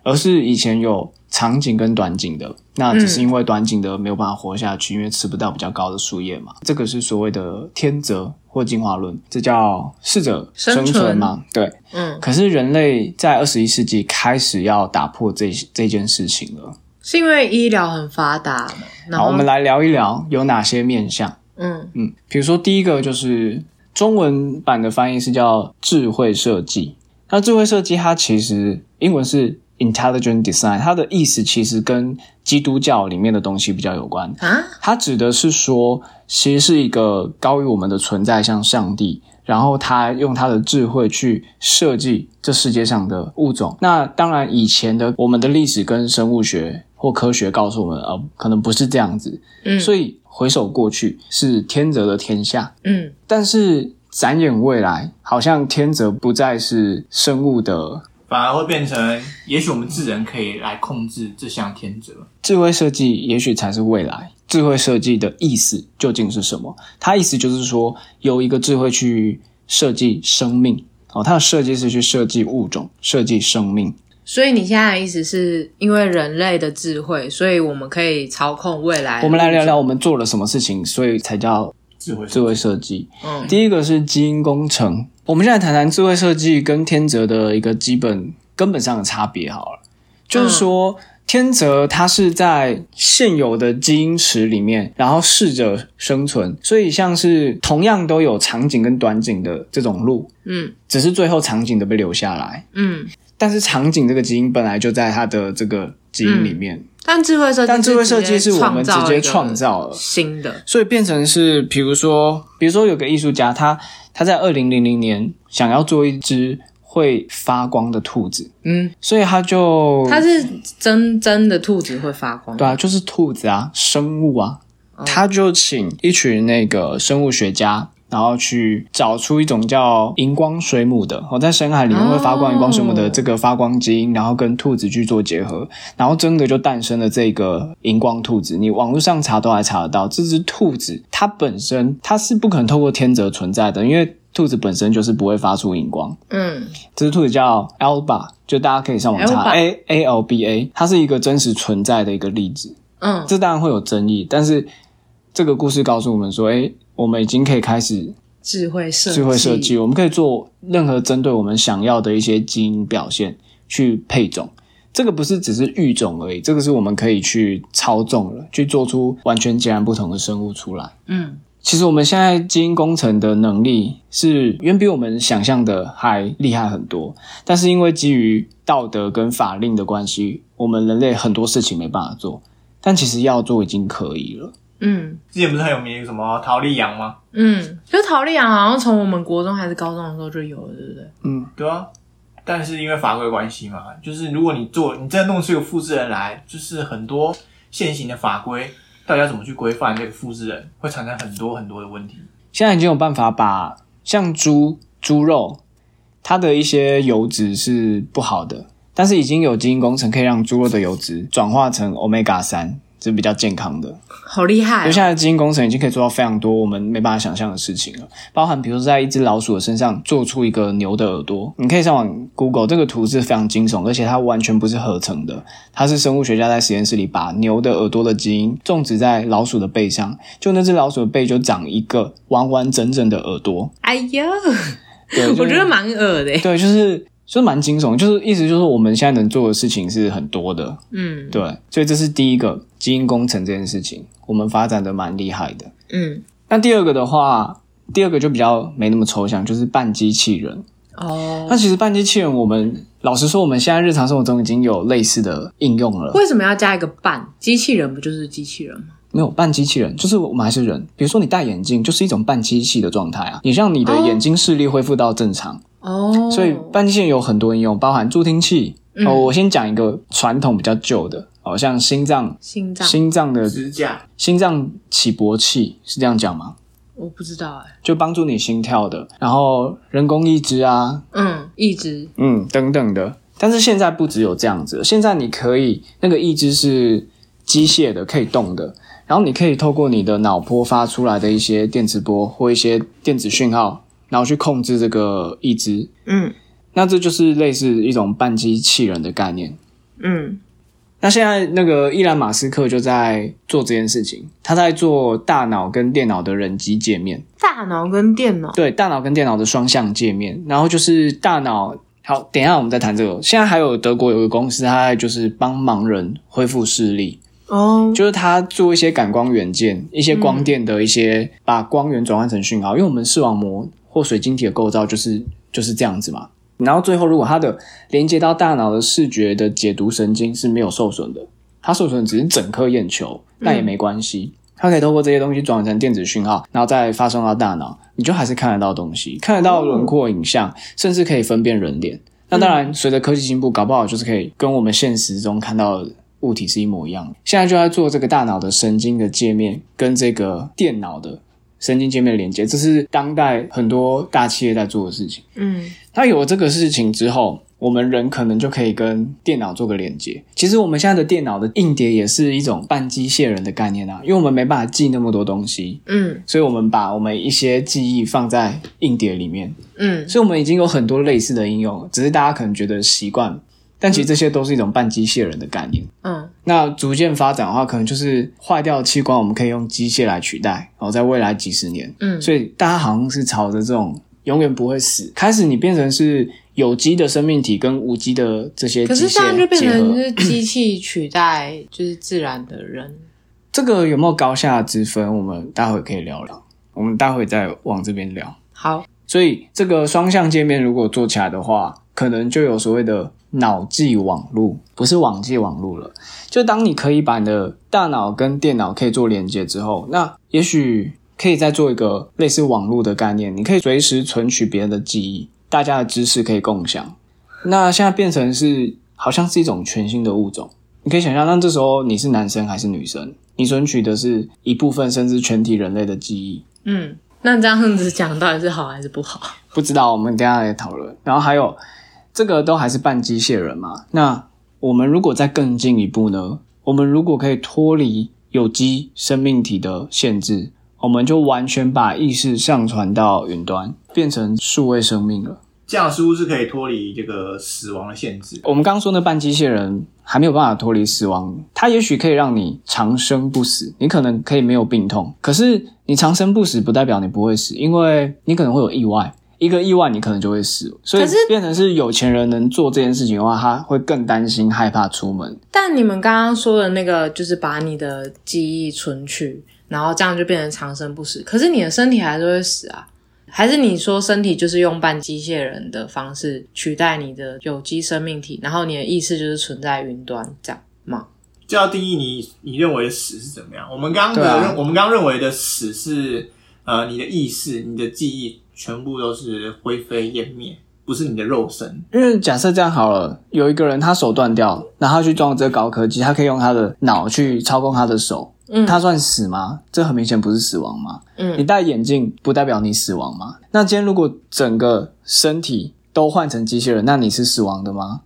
Speaker 2: 而是以前有长颈跟短颈的，那只是因为短颈的没有办法活下去，因为吃不到比较高的树叶嘛。这个是所谓的天择或进化论，这叫适者
Speaker 3: 生
Speaker 2: 生存
Speaker 3: 存
Speaker 2: 嘛？对，
Speaker 3: 嗯，
Speaker 2: 可是人类在二十一世纪开始要打破这这件事情了。
Speaker 3: 是因为医疗很发达嘛，然
Speaker 2: 好，
Speaker 3: 后
Speaker 2: 我们来聊一聊有哪些面向。
Speaker 3: 嗯
Speaker 2: 嗯，比如说第一个就是中文版的翻译是叫智慧设计。那智慧设计它其实英文是 intelligent design，它的意思其实跟基督教里面的东西比较有关。
Speaker 3: 啊，
Speaker 2: 它指的是说，其实是一个高于我们的存在，像上帝，然后他用他的智慧去设计这世界上的物种。那当然，以前的我们的历史跟生物学或科学告诉我们，呃，可能不是这样子。
Speaker 3: 嗯
Speaker 2: 所以回首过去，是天择的天下。
Speaker 3: 嗯，
Speaker 2: 但是展眼未来，好像天择不再是生物的
Speaker 1: 反而会变成，也许我们智人可以来控制这项天择。
Speaker 2: 智慧设计也许才是未来。智慧设计的意思究竟是什么？它意思就是说，由一个智慧去设计生命哦，它的设计是去设计物种、设计生命。
Speaker 3: 所以你现在的意思是因为人类的智慧，所以我们可以操控未来。
Speaker 2: 我们来聊，聊我们做了什么事情，所以才叫
Speaker 1: 智慧
Speaker 2: 智慧设计。
Speaker 3: 嗯
Speaker 2: 第一个是基因工程，我们现在谈谈智慧设计跟天择的一个基本根本上的差别好了，就是说。天择它是在现有的基因池里面，然后试着生存，所以像是同样都有长颈跟短颈的这种鹿，
Speaker 3: 嗯
Speaker 2: 只是最后长颈的被留下来，
Speaker 3: 嗯，
Speaker 2: 但是长颈这个基因本来就在它的这个基因里面，
Speaker 3: 但智慧设计，
Speaker 2: 但智慧设计是我们嗯直接创造了
Speaker 3: 新的，
Speaker 2: 所以变成是，比如说，比如说有个艺术家，他他在二零零零年想要做一只会发光的兔子，
Speaker 3: 嗯，
Speaker 2: 所以他就
Speaker 3: 它是真真的兔子会发光，
Speaker 2: 对啊，就是兔子啊，生物啊，
Speaker 3: 哦
Speaker 2: 他就请一群那个生物学家。然后去找出一种叫荧光水母的，我、在深海里面会发光
Speaker 3: 哦
Speaker 2: 荧光水母的这个发光基因，然后跟兔子去做结合，然后真的就诞生了这个荧光兔子。你网络上查都还查得到，这只兔子它本身它是不可能透过天择存在的，因为兔子本身就是不会发出荧光。
Speaker 3: 嗯，
Speaker 2: 这只兔子叫 Alba，就大家可以上网查 A A L B A，它是一个真实存在的一个例子。
Speaker 3: 嗯
Speaker 2: 这当然会有争议，但是这个故事告诉我们说，哎，我们已经可以开始
Speaker 3: 智慧设
Speaker 2: 智慧设计，我们可以做任何针对我们想要的一些基因表现去配种。这个不是只是育种而已，这个是我们可以去操纵了，去做出完全截然不同的生物出来。
Speaker 3: 嗯
Speaker 2: 其实我们现在基因工程的能力是远比我们想象的还厉害很多，但是因为基于道德跟法令的关系，我们人类很多事情没办法做，但其实要做已经可以了。
Speaker 3: 嗯
Speaker 1: 之前不是很有名什么陶丽羊吗？
Speaker 3: 嗯，就陶丽阳好像从我们国中还是高中的时候就有了，对不对？
Speaker 2: 嗯，
Speaker 1: 对啊，但是因为法规关系嘛，就是如果你做，你真的弄出一个复制人来，就是很多现行的法规到底要怎么去规范这个复制人，会产生很多很多的问题。
Speaker 2: 现在已经有办法把像猪猪肉，它的一些油脂是不好的，但是已经有基因工程可以让猪肉的油脂转化成 omega 三，这比较健康的。
Speaker 3: 好厉害、
Speaker 2: 留
Speaker 3: 哦！
Speaker 2: 下来的基因工程已经可以做到非常多我们没办法想象的事情了，包含比如说在一只老鼠的身上做出一个牛的耳朵，你可以上网 Google 这个图是非常惊悚，而且它完全不是合成的，它是生物学家在实验室里把牛的耳朵的基因种植在老鼠的背上，就那只老鼠的背就长一个完完整整的耳朵。
Speaker 3: 哎呀，
Speaker 2: 对，就
Speaker 3: 我
Speaker 2: 是
Speaker 3: 觉得蛮恶的。
Speaker 2: 对，就是就是蛮惊悚，就是意思就是我们现在能做的事情是很多的，
Speaker 3: 嗯
Speaker 2: 对，所以这是第一个基因工程这件事情，我们发展的蛮厉害的。
Speaker 3: 嗯，
Speaker 2: 那第二个的话，第二个就比较没那么抽象，就是半机器人。
Speaker 3: 哦，
Speaker 2: 那其实半机器人，我们老实说，我们现在日常生活中已经有类似的应用了。
Speaker 3: 为什么要加一个半？机器人不就是机器人吗？
Speaker 2: 没有半机器人，就是我们还是人。比如说你戴眼镜，就是一种半机器的状态啊，你让你的
Speaker 3: 哦
Speaker 2: 眼睛视力恢复到正常。
Speaker 3: 哦，
Speaker 2: 所以半机器人有很多应用，包含助听器。
Speaker 3: 嗯
Speaker 2: 哦，我先讲一个传统比较旧的，哦，像心脏
Speaker 3: 心脏
Speaker 2: 心脏的
Speaker 1: 支架
Speaker 2: 心脏起搏器是这样讲吗？
Speaker 3: 我不知道哎、
Speaker 2: 就帮助你心跳的，然后人工义肢啊，
Speaker 3: 嗯，一直
Speaker 2: 嗯，等等的。但是现在不只有这样子，现在你可以那个义肢是机械的，可以动的，然后你可以透过你的脑波发出来的一些电磁波或一些电子讯号，然后去控制这个义肢。
Speaker 3: 嗯
Speaker 2: 那这就是类似一种半机器人的概念。
Speaker 3: 嗯
Speaker 2: 那现在那个伊兰马斯克就在做这件事情，他在做大脑跟电脑的人机界面。
Speaker 3: 大脑跟电脑
Speaker 2: 对，大脑跟电脑的双向界面，然后就是大脑。好，等一下我们再谈这个。现在还有德国有个公司，它在就是帮盲人恢复视力，
Speaker 3: 哦，
Speaker 2: 就是它做一些感光元件、一些光电的一些，把光源转换成讯号。因为我们视网膜或水晶体的构造就是就是这样子嘛。然后最后，如果它的连接到大脑的视觉的解读神经是没有受损的，它受损只是整颗眼球，那也没关系。它可以透过这些东西转成电子讯号，然后再发送到大脑，你就还是看得到东西，看得到轮廓影像，甚至可以分辨人脸。那当然，随着科技进步，搞不好就是可以跟我们现实中看到的物体是一模一样的。现在就在做这个大脑的神经的界面跟这个电脑的神经界面的连接，这是当代很多大企业在做的事情。
Speaker 3: 嗯
Speaker 2: 那有了这个事情之后，我们人可能就可以跟电脑做个连接。其实我们现在的电脑的硬碟也是一种半机械人的概念啊，因为我们没办法记那么多东西，
Speaker 3: 嗯
Speaker 2: 所以我们把我们一些记忆放在硬碟里面。
Speaker 3: 嗯
Speaker 2: 所以我们已经有很多类似的应用了，只是大家可能觉得习惯，但其实这些都是一种半机械人的概念。
Speaker 3: 嗯
Speaker 2: 那逐渐发展的话，可能就是坏掉的器官，我们可以用机械来取代，然后在未来几十年，
Speaker 3: 嗯
Speaker 2: 所以大家好像是朝着这种永远不会死，开始你变成是有机的生命体跟无机的这些
Speaker 3: 可
Speaker 2: 机
Speaker 3: 是这样就
Speaker 2: 械
Speaker 3: 变
Speaker 2: 结
Speaker 3: 成
Speaker 2: 合，
Speaker 3: 是机器取代就是自然的人，
Speaker 2: 这个有没有高下之分？我们待会可以聊聊，我们待会再往这边聊。
Speaker 3: 好，
Speaker 2: 所以这个双向界面如果做起来的话，可能就有所谓的脑际网路，不是网际网路了。就当你可以把你的大脑跟电脑可以做连接之后，那也许可以再做一个类似网络的概念，你可以随时存取别人的记忆，大家的知识可以共享。那现在变成是好像是一种全新的物种，你可以想象，那这时候你是男生还是女生？你存取的是一部分甚至全体人类的记忆，
Speaker 3: 嗯，那这样子讲到底是好还是不好？
Speaker 2: 不知道，我们等一下来讨论。然后还有这个都还是半机械人嘛？那我们如果再更进一步呢？我们如果可以脱离有机生命体的限制，我们就完全把意识上传到云端，变成数位生命了。
Speaker 1: 这样似乎是可以脱离这个死亡的限制。
Speaker 2: 我们刚刚说那半机械人还没有办法脱离死亡，它也许可以让你长生不死，你可能可以没有病痛，可是你长生不死不代表你不会死，因为你可能会有意外，一个意外你可能就会死，所以
Speaker 3: 可是
Speaker 2: 变成是有钱人能做这件事情的话，他会更担心害怕出门。
Speaker 3: 但你们刚刚说的那个，就是把你的记忆存取，然后这样就变成长生不死。可是你的身体还是会死啊？还是你说身体就是用半机械人的方式取代你的有机生命体，然后你的意识就是存在云端这样吗？
Speaker 1: 就要定义你你认为的死是怎么样。我们刚刚的、
Speaker 2: 对啊
Speaker 1: 认我们刚刚认为的死是呃你的意识、你的记忆全部都是灰飞烟灭，不是你的肉身。
Speaker 2: 因为假设这样好了，有一个人他手断掉，然后他去装这个高科技，他可以用他的脑去操控他的手，
Speaker 3: 嗯
Speaker 2: 他算死吗？这很明显不是死亡吗？你
Speaker 3: 嗯，
Speaker 2: 戴眼镜不代表你死亡吗？那今天如果整个身体都换成机器人，那你是死亡的吗？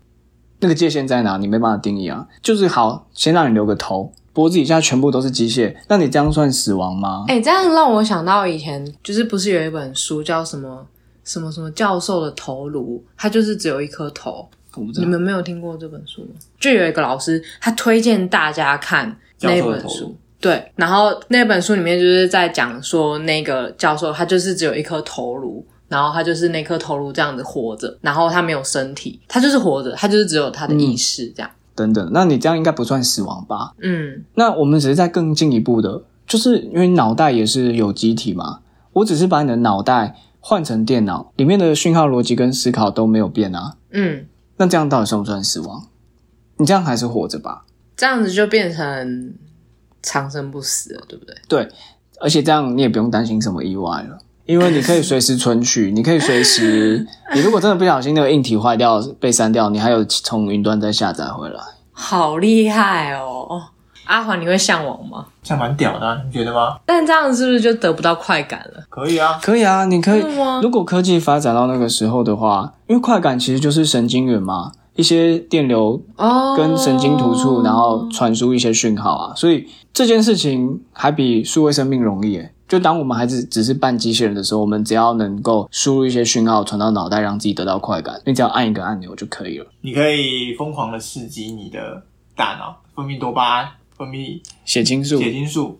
Speaker 2: 那个界限在哪？你没办法定义啊。就是好，先让你留个头，脖子以下全部都是机械，那你这样算死亡吗？
Speaker 3: 哎、这样让我想到以前就是不是有一本书叫什么什么什么教授的头颅，它就是只有一颗头，
Speaker 2: 我不知
Speaker 3: 你
Speaker 2: 道。
Speaker 3: 们没有听过这本书吗？就有一个老师，他推荐大家看那
Speaker 1: 教授的
Speaker 3: 本
Speaker 1: 头
Speaker 3: 书
Speaker 1: 颅。
Speaker 3: 对，然后那本书里面就是在讲说，那个教授他就是只有一颗头颅，然后他就是那颗头颅这样子活着，然后他没有身体，他就是活着，他就是只有他的意识这样。
Speaker 2: 等等，那你这样应该不算死亡吧？
Speaker 3: 嗯
Speaker 2: 那我们只是在更进一步的，就是因为脑袋也是有机体嘛，我只是把你的脑袋换成电脑，里面的讯号逻辑跟思考都没有变啊。
Speaker 3: 嗯，
Speaker 2: 那这样到底算不算死亡？你这样还是活着吧？
Speaker 3: 这样子就变成长生不死了，对不对？
Speaker 2: 对，而且这样你也不用担心什么意外了，因为你可以随时存取，你可以随时，你如果真的不小心那个硬体坏掉被删掉，你还有从云端再下载回来。
Speaker 3: 好厉害哦！阿华，你会向往吗？
Speaker 1: 这样蛮屌的、啊，你们觉得吗？
Speaker 3: 但这样是不是就得不到快感了？
Speaker 1: 可以啊，
Speaker 2: 可以啊，你可以
Speaker 3: 真的吗。
Speaker 2: 如果科技发展到那个时候的话，因为快感其实就是神经元嘛，一些电流
Speaker 3: 哦，
Speaker 2: 跟神经突触，然后传输一些讯号啊，所以这件事情还比数位生命容易耶。就当我们还只只是半机器人的时候，我们只要能够输入一些讯号传到脑袋，让自己得到快感，你只要按一个按钮就可以了。
Speaker 1: 你可以疯狂的刺激你的大脑分泌多巴胺、分泌
Speaker 2: 血清素，
Speaker 1: 血清素，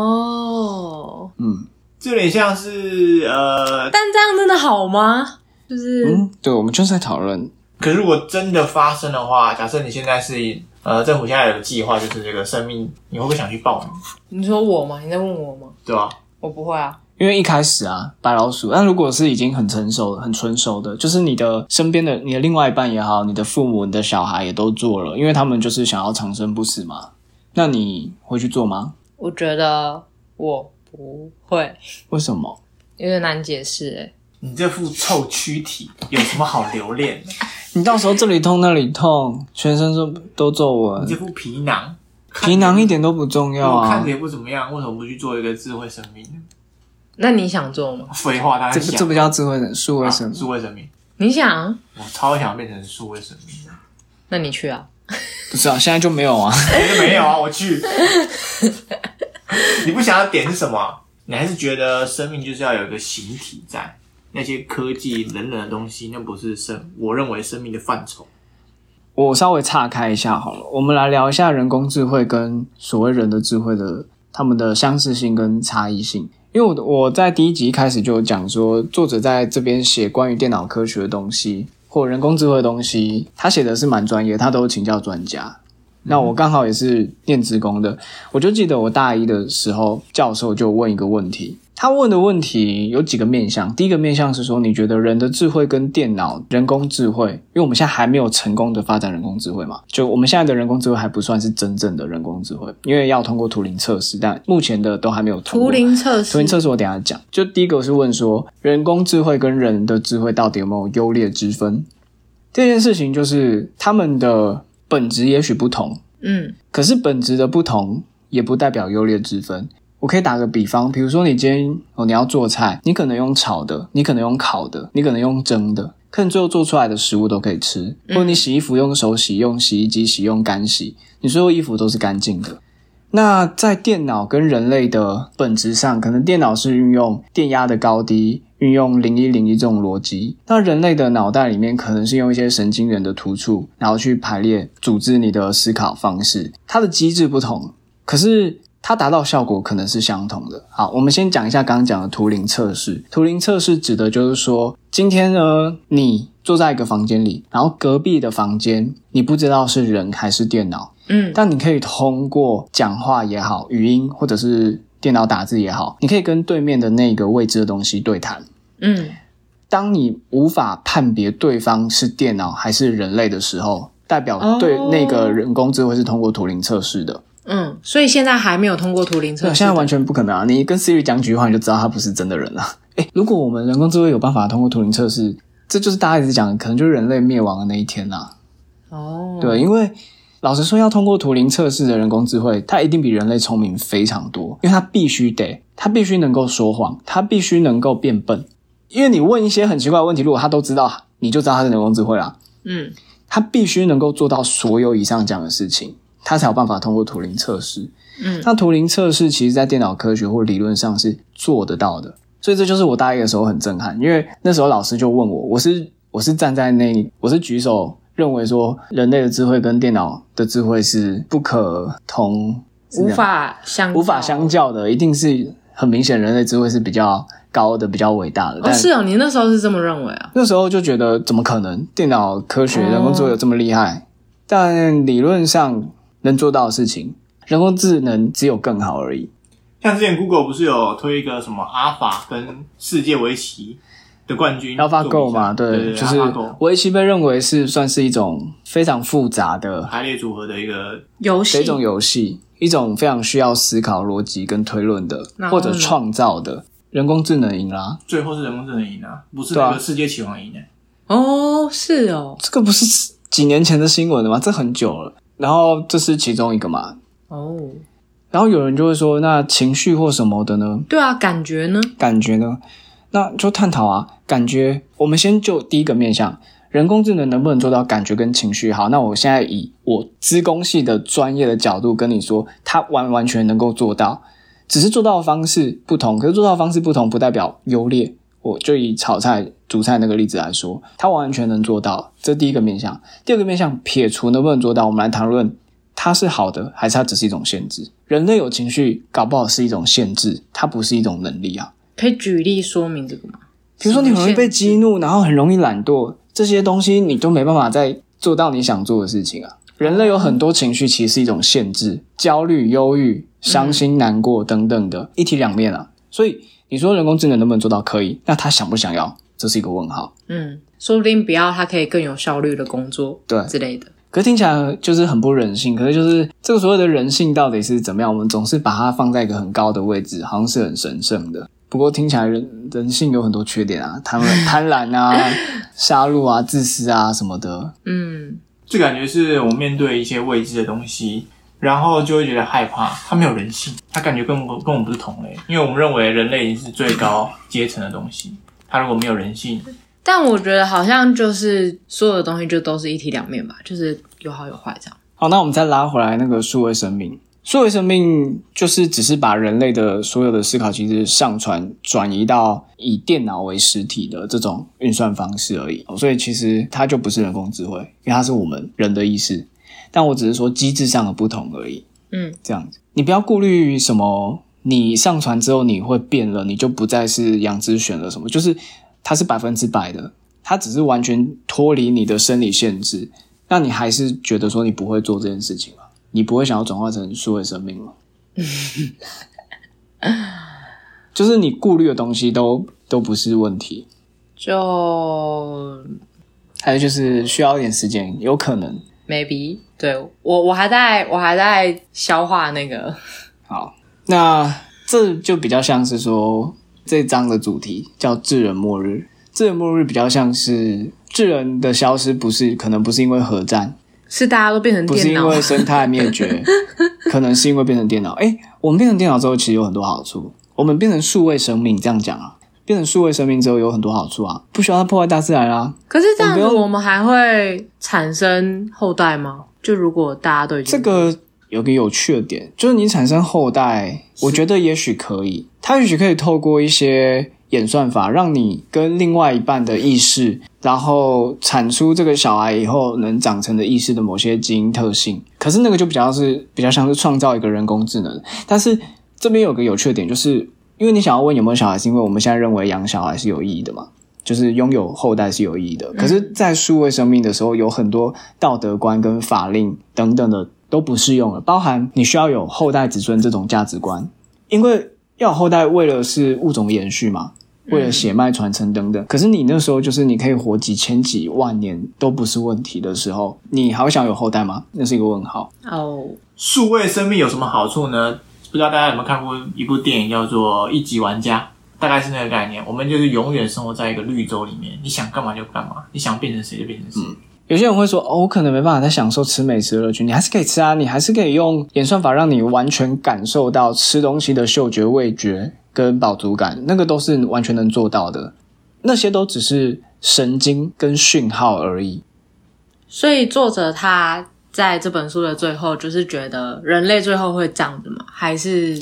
Speaker 3: 哦，
Speaker 2: 嗯
Speaker 1: 这有点像是呃，
Speaker 3: 但这样真的好吗？就是、
Speaker 2: 嗯，对，我们就是在讨论，
Speaker 1: 可是如果真的发生的话，假设你现在是呃，政府现在有个计划，就是这个生命，你会不会想去报名？
Speaker 3: 你说我吗？你在问我吗？
Speaker 1: 对吧、
Speaker 3: 我不会啊。
Speaker 2: 因为一开始啊，白老鼠，那如果是已经很成熟、很成熟的，就是你的身边的你的另外一半也好，你的父母、你的小孩也都做了，因为他们就是想要长生不死嘛。那你会去做吗？
Speaker 3: 我觉得我不会，
Speaker 2: 为什么？
Speaker 3: 有点难解释哎、
Speaker 1: 你这副臭躯体有什么好留恋的？
Speaker 2: 你到时候这里痛那里痛，全身都都皱
Speaker 1: 你这
Speaker 2: 纹，
Speaker 1: 副皮囊，
Speaker 2: 皮囊一点都不重要
Speaker 1: 我看
Speaker 2: 啊
Speaker 1: 着。也不怎么样，为什么不去做一个智慧生命呢？
Speaker 3: 那你想做吗？
Speaker 1: 废话，当然
Speaker 2: 这
Speaker 1: 想
Speaker 2: 这不叫智慧人，数位生
Speaker 1: 啊
Speaker 2: 命。
Speaker 1: 数位生命，
Speaker 3: 你想？
Speaker 1: 我超想变成数位生命的，
Speaker 3: 那你去啊。
Speaker 2: 不是啊，现在就没有啊。
Speaker 1: 可是没有啊，我去。 你不想要点是什么？你还是觉得生命就是要有一个形体在，那些科技冷冷的东西，那不是生我认为生命的范畴。
Speaker 2: 我稍微岔开一下好了，我们来聊一下人工智慧跟所谓人的智慧的他们的相似性跟差异性。因为我我在第一集一开始就有讲说，作者在这边写关于电脑科学的东西或人工智慧的东西，他写的是蛮专业，他都请教专家。那
Speaker 3: 嗯
Speaker 2: 我刚好也是念职工的，我就记得我大一的时候，教授就问一个问题，他问的问题有几个面向，第一个面向是说，你觉得人的智慧跟电脑、人工智慧，因为我们现在还没有成功的发展人工智慧嘛，就我们现在的人工智慧还不算是真正的人工智慧，因为要通过图灵测试，但目前的都还没有通
Speaker 3: 图
Speaker 2: 过。
Speaker 3: 灵测
Speaker 2: 图
Speaker 3: 试
Speaker 2: 灵，测试我等一下讲，就第一个是问说，人工智慧跟人的智慧到底有没有优劣之分？这件事情就是他们的本质也许不同，
Speaker 3: 嗯
Speaker 2: 可是本质的不同也不代表优劣之分。我可以打个比方，比如说你今天哦你要做菜，你可能用炒的，你可能用烤的，你可能用蒸的，可能最后做出来的食物都可以吃。或者你洗衣服用手洗，用洗衣机洗，用干洗，你最后衣服都是干净的。那在电脑跟人类的本质上，可能电脑是运用电压的高低，运用零一零一这种逻辑；那人类的脑袋里面可能是用一些神经元的突触，然后去排列组织你的思考方式。它的机制不同，可是它达到效果可能是相同的。好，我们先讲一下刚刚讲的图灵测试。图灵测试指的就是说，今天呢，你坐在一个房间里，然后隔壁的房间，你不知道是人还是电脑。
Speaker 3: 嗯
Speaker 2: 但你可以通过讲话也好，语音或者是电脑打字也好，你可以跟对面的那个未知的东西对谈。
Speaker 3: 嗯，
Speaker 2: 当你无法判别对方是电脑还是人类的时候，代
Speaker 3: 哦
Speaker 2: 表对那个人工智慧是通过图灵测试的。
Speaker 3: 嗯，所以现在还没有通过图灵测
Speaker 2: 对，
Speaker 3: 试。
Speaker 2: 现在完全不可能啊！你跟 Siri 讲几句话，你就知道他不是真的人了。诶，如果我们人工智慧有办法通过图灵测试，这就是大家一直讲的，可能就是人类灭亡的那一天啦、啊
Speaker 3: 哦，，
Speaker 2: 对，因为老实说，要通过图灵测试的人工智慧，它一定比人类聪明非常多，因为它必须得，它必须能够说谎，它必须能够变笨。因为你问一些很奇怪的问题，如果它都知道，你就知道它是人工智慧啦。
Speaker 3: 嗯
Speaker 2: 它必须能够做到所有以上讲的事情，它才有办法通过图灵测试。
Speaker 3: 嗯
Speaker 2: 那图灵测试其实在电脑科学或理论上是做得到的，所以这就是我大一的时候很震撼，因为那时候老师就问我，我是我是站在那，我是举手认为说人类的智慧跟电脑的智慧是不可同，
Speaker 3: 无法相
Speaker 2: 无法相
Speaker 3: 较。
Speaker 2: 较的，一定是很明显人类智慧是比较高的、比较伟大的。
Speaker 3: 哦，
Speaker 2: 但
Speaker 3: 是哦，你那时候是这么认为啊？
Speaker 2: 那时候就觉得怎么可能电脑科学、
Speaker 3: 哦
Speaker 2: 人工智慧有这么厉害？但理论上能做到的事情，人工智能只有更好而已。
Speaker 1: 像之前 Google 不是有推一个什么阿法跟世界围棋的冠军
Speaker 2: AlphaGo 嘛，
Speaker 1: 对对，
Speaker 2: 就是
Speaker 1: AlphaGo
Speaker 2: 围棋被认为是算是一种非常复杂的
Speaker 1: 排列组合的一个
Speaker 3: 游
Speaker 2: 的
Speaker 3: 戏
Speaker 2: 一种游戏，一种非常需要思考逻辑跟推论的，
Speaker 3: 然后
Speaker 2: 或
Speaker 3: 呢
Speaker 2: 者创造的。人工智能赢啦，
Speaker 1: 最后是人工智能赢啊，不是
Speaker 2: 对啊
Speaker 1: 那个世界棋王赢的、欸
Speaker 3: 哦，是哦，
Speaker 2: 这个不是几年前的新闻了吗？这很久了。然后这是其中一个嘛。
Speaker 3: 哦，
Speaker 2: 然后有人就会说，那情绪或什么的呢？
Speaker 3: 对啊，感觉呢？
Speaker 2: 感觉呢？那就探讨啊，感觉。我们先就第一个面向，人工智能能不能做到感觉跟情绪好？那我现在以我资工系的专业的角度跟你说，它完完全能够做到，只是做到的方式不同。可是做到的方式不同，不代表优劣。我就以炒菜、煮菜那个例子来说，它完完全能做到，这第一个面向。第二个面向，撇除能不能做到，我们来谈论它是好的，还是它只是一种限制？人类有情绪，搞不好是一种限制，它不是一种能力啊。
Speaker 3: 可以举例说明这个吗？
Speaker 2: 比如说你很容易被激怒，然后很容易懒惰，这些东西你都没办法再做到你想做的事情啊。人类有很多情绪，其实是一种限制，焦虑、忧郁、伤心、难过等等的，一体两面啊。所以你说人工智能能不能做到？可以，那他想不想要？这是一个问号。
Speaker 3: 嗯，说不定不要，它可以更有效率的工作，
Speaker 2: 对
Speaker 3: 之类的。
Speaker 2: 可是听起来就是很不人性，可是就是这个所谓的人性到底是怎么样？我们总是把它放在一个很高的位置，好像是很神圣的。不过听起来人人性有很多缺点啊，贪婪、贪婪啊、杀戮啊、自私啊什么的。
Speaker 3: 嗯，
Speaker 1: 这感觉是我面对一些未知的东西，然后就会觉得害怕。它没有人性，它感觉跟我跟我们不是同类，因为我们认为人类已经是最高阶层的东西。它如果没有人性，
Speaker 3: 但我觉得好像就是所有的东西就都是一体两面吧，就是有好有坏这样。
Speaker 2: 好，那我们再拉回来那个数位生命。数位生命就是只是把人类的所有的思考机制上传转移到以电脑为实体的这种运算方式而已，哦所以其实它就不是人工智慧，因为它是我们人的意识，但我只是说机制上的不同而已。
Speaker 3: 嗯，
Speaker 2: 这样子，你不要顾虑什么，你上传之后你会变了，你就不再是杨之选了什么，就是它是百分之百的，它只是完全脱离你的生理限制，那你还是觉得说你不会做这件事情吗？你不会想要转化成数位生命吗？就是你顾虑的东西都都不是问题，
Speaker 3: 就
Speaker 2: 还有就是需要一点时间，有可能。
Speaker 3: maybe 对我我还在我还在消化那个，
Speaker 2: 好，那这就比较像是说这章的主题叫“智人末日”。智人末日比较像是智人的消失，不是可能不是因为核战，
Speaker 3: 是大家都变成
Speaker 2: 不是因
Speaker 3: 电脑，
Speaker 2: 为生态灭 绝，可能是因为变成电脑。哎、我们变成电脑之后，其实有很多好处。我们变成数位生命，这样讲啊，变成数位生命之后有很多好处啊，不需要它破坏大自然啊。
Speaker 3: 可是这样子
Speaker 2: 我们不用
Speaker 3: 我们还会产生后代吗？就如果大家都已经
Speaker 2: 这个有个有趣的点，就是你产生后代，我觉得也许可以，它也许可以透过一些演算法，让你跟另外一半的意识，然后产出这个小孩以后能长成的意识的某些基因特性。可是那个就比较是比较像是创造一个人工智能，但是这边有个有趣的点，就是因为你想要问有没有小孩，是因为我们现在认为养小孩是有意义的嘛？就是拥有后代是有意义的。可是，在数位生命的时候，有很多道德观跟法令等等的都不适用了，包含你需要有后代子孙这种价值观，因为要有后代为了是物种延续嘛。为了血脉传承等等，可是你那时候就是你可以活几千几万年都不是问题的时候，你还会想有后代吗？那是一个问号。
Speaker 3: 哦，
Speaker 1: 数位生命有什么好处呢？不知道大家有没有看过一部电影叫做《一级玩家》，大概是那个概念。我们就是永远生活在一个绿洲里面，你想干嘛就干嘛，你想变成谁就变成谁。
Speaker 2: 有些人会说，哦，我可能没办法再享受吃美食的乐趣，你还是可以吃啊，你还是可以用演算法让你完全感受到吃东西的嗅觉、味觉跟饱足感，那个都是完全能做到的，那些都只是神经跟讯号而已。
Speaker 3: 所以作者他在这本书的最后就是觉得人类最后会这样子吗？还是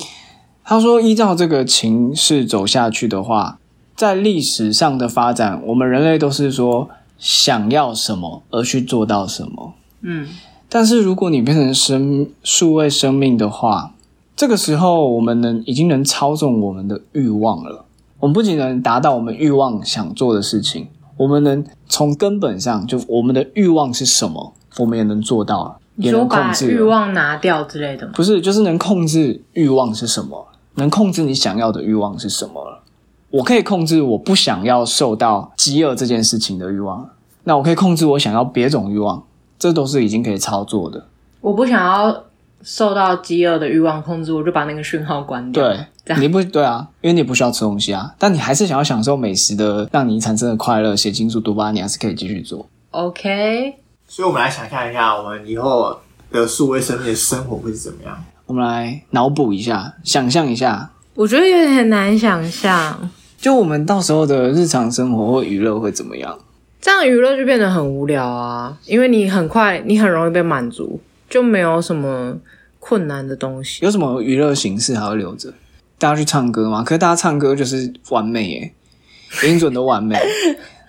Speaker 2: 他说，依照这个情势走下去的话，在历史上的发展，我们人类都是说想要什么而去做到什么。
Speaker 3: 嗯
Speaker 2: 但是如果你变成生数位生命的话，这个时候我们能已经能操纵我们的欲望了。我们不仅能达到我们欲望想做的事情，我们能从根本上就我们的欲望是什么，我们也能做到了，
Speaker 3: 你
Speaker 2: 也
Speaker 3: 说
Speaker 2: 能
Speaker 3: 把
Speaker 2: 控制
Speaker 3: 欲
Speaker 2: 了。
Speaker 3: 望拿掉之类的吗？
Speaker 2: 不是，就是能控制欲望是什么，能控制你想要的欲望是什么了。我可以控制我不想要受到饥饿这件事情的欲望，那我可以控制我想要别种欲望，这都是已经可以操作的。
Speaker 3: 我不想要受到饥饿的欲望控制，我就把那个讯号关掉。
Speaker 2: 对
Speaker 3: 这，样
Speaker 2: 你不对啊，因为你不需要吃东西啊，但你还是想要享受美食的让你产生的快乐，血清素、多巴胺，你还是可以继续做。
Speaker 3: ，OK，
Speaker 1: 所以，我们来想象一下，我们以后的数位生命的生活会是怎么样？
Speaker 2: 我们来脑补一下，想象一下，
Speaker 3: 我觉得有点难想象，
Speaker 2: 就我们到时候的日常生活或娱乐会怎么样？
Speaker 3: 这样娱乐就变得很无聊啊，因为你很快，你很容易被满足，就没有什么困难的东西。
Speaker 2: 有什么娱乐形式还会留着？大家去唱歌吗？可是大家唱歌就是完美耶、音准都完 美，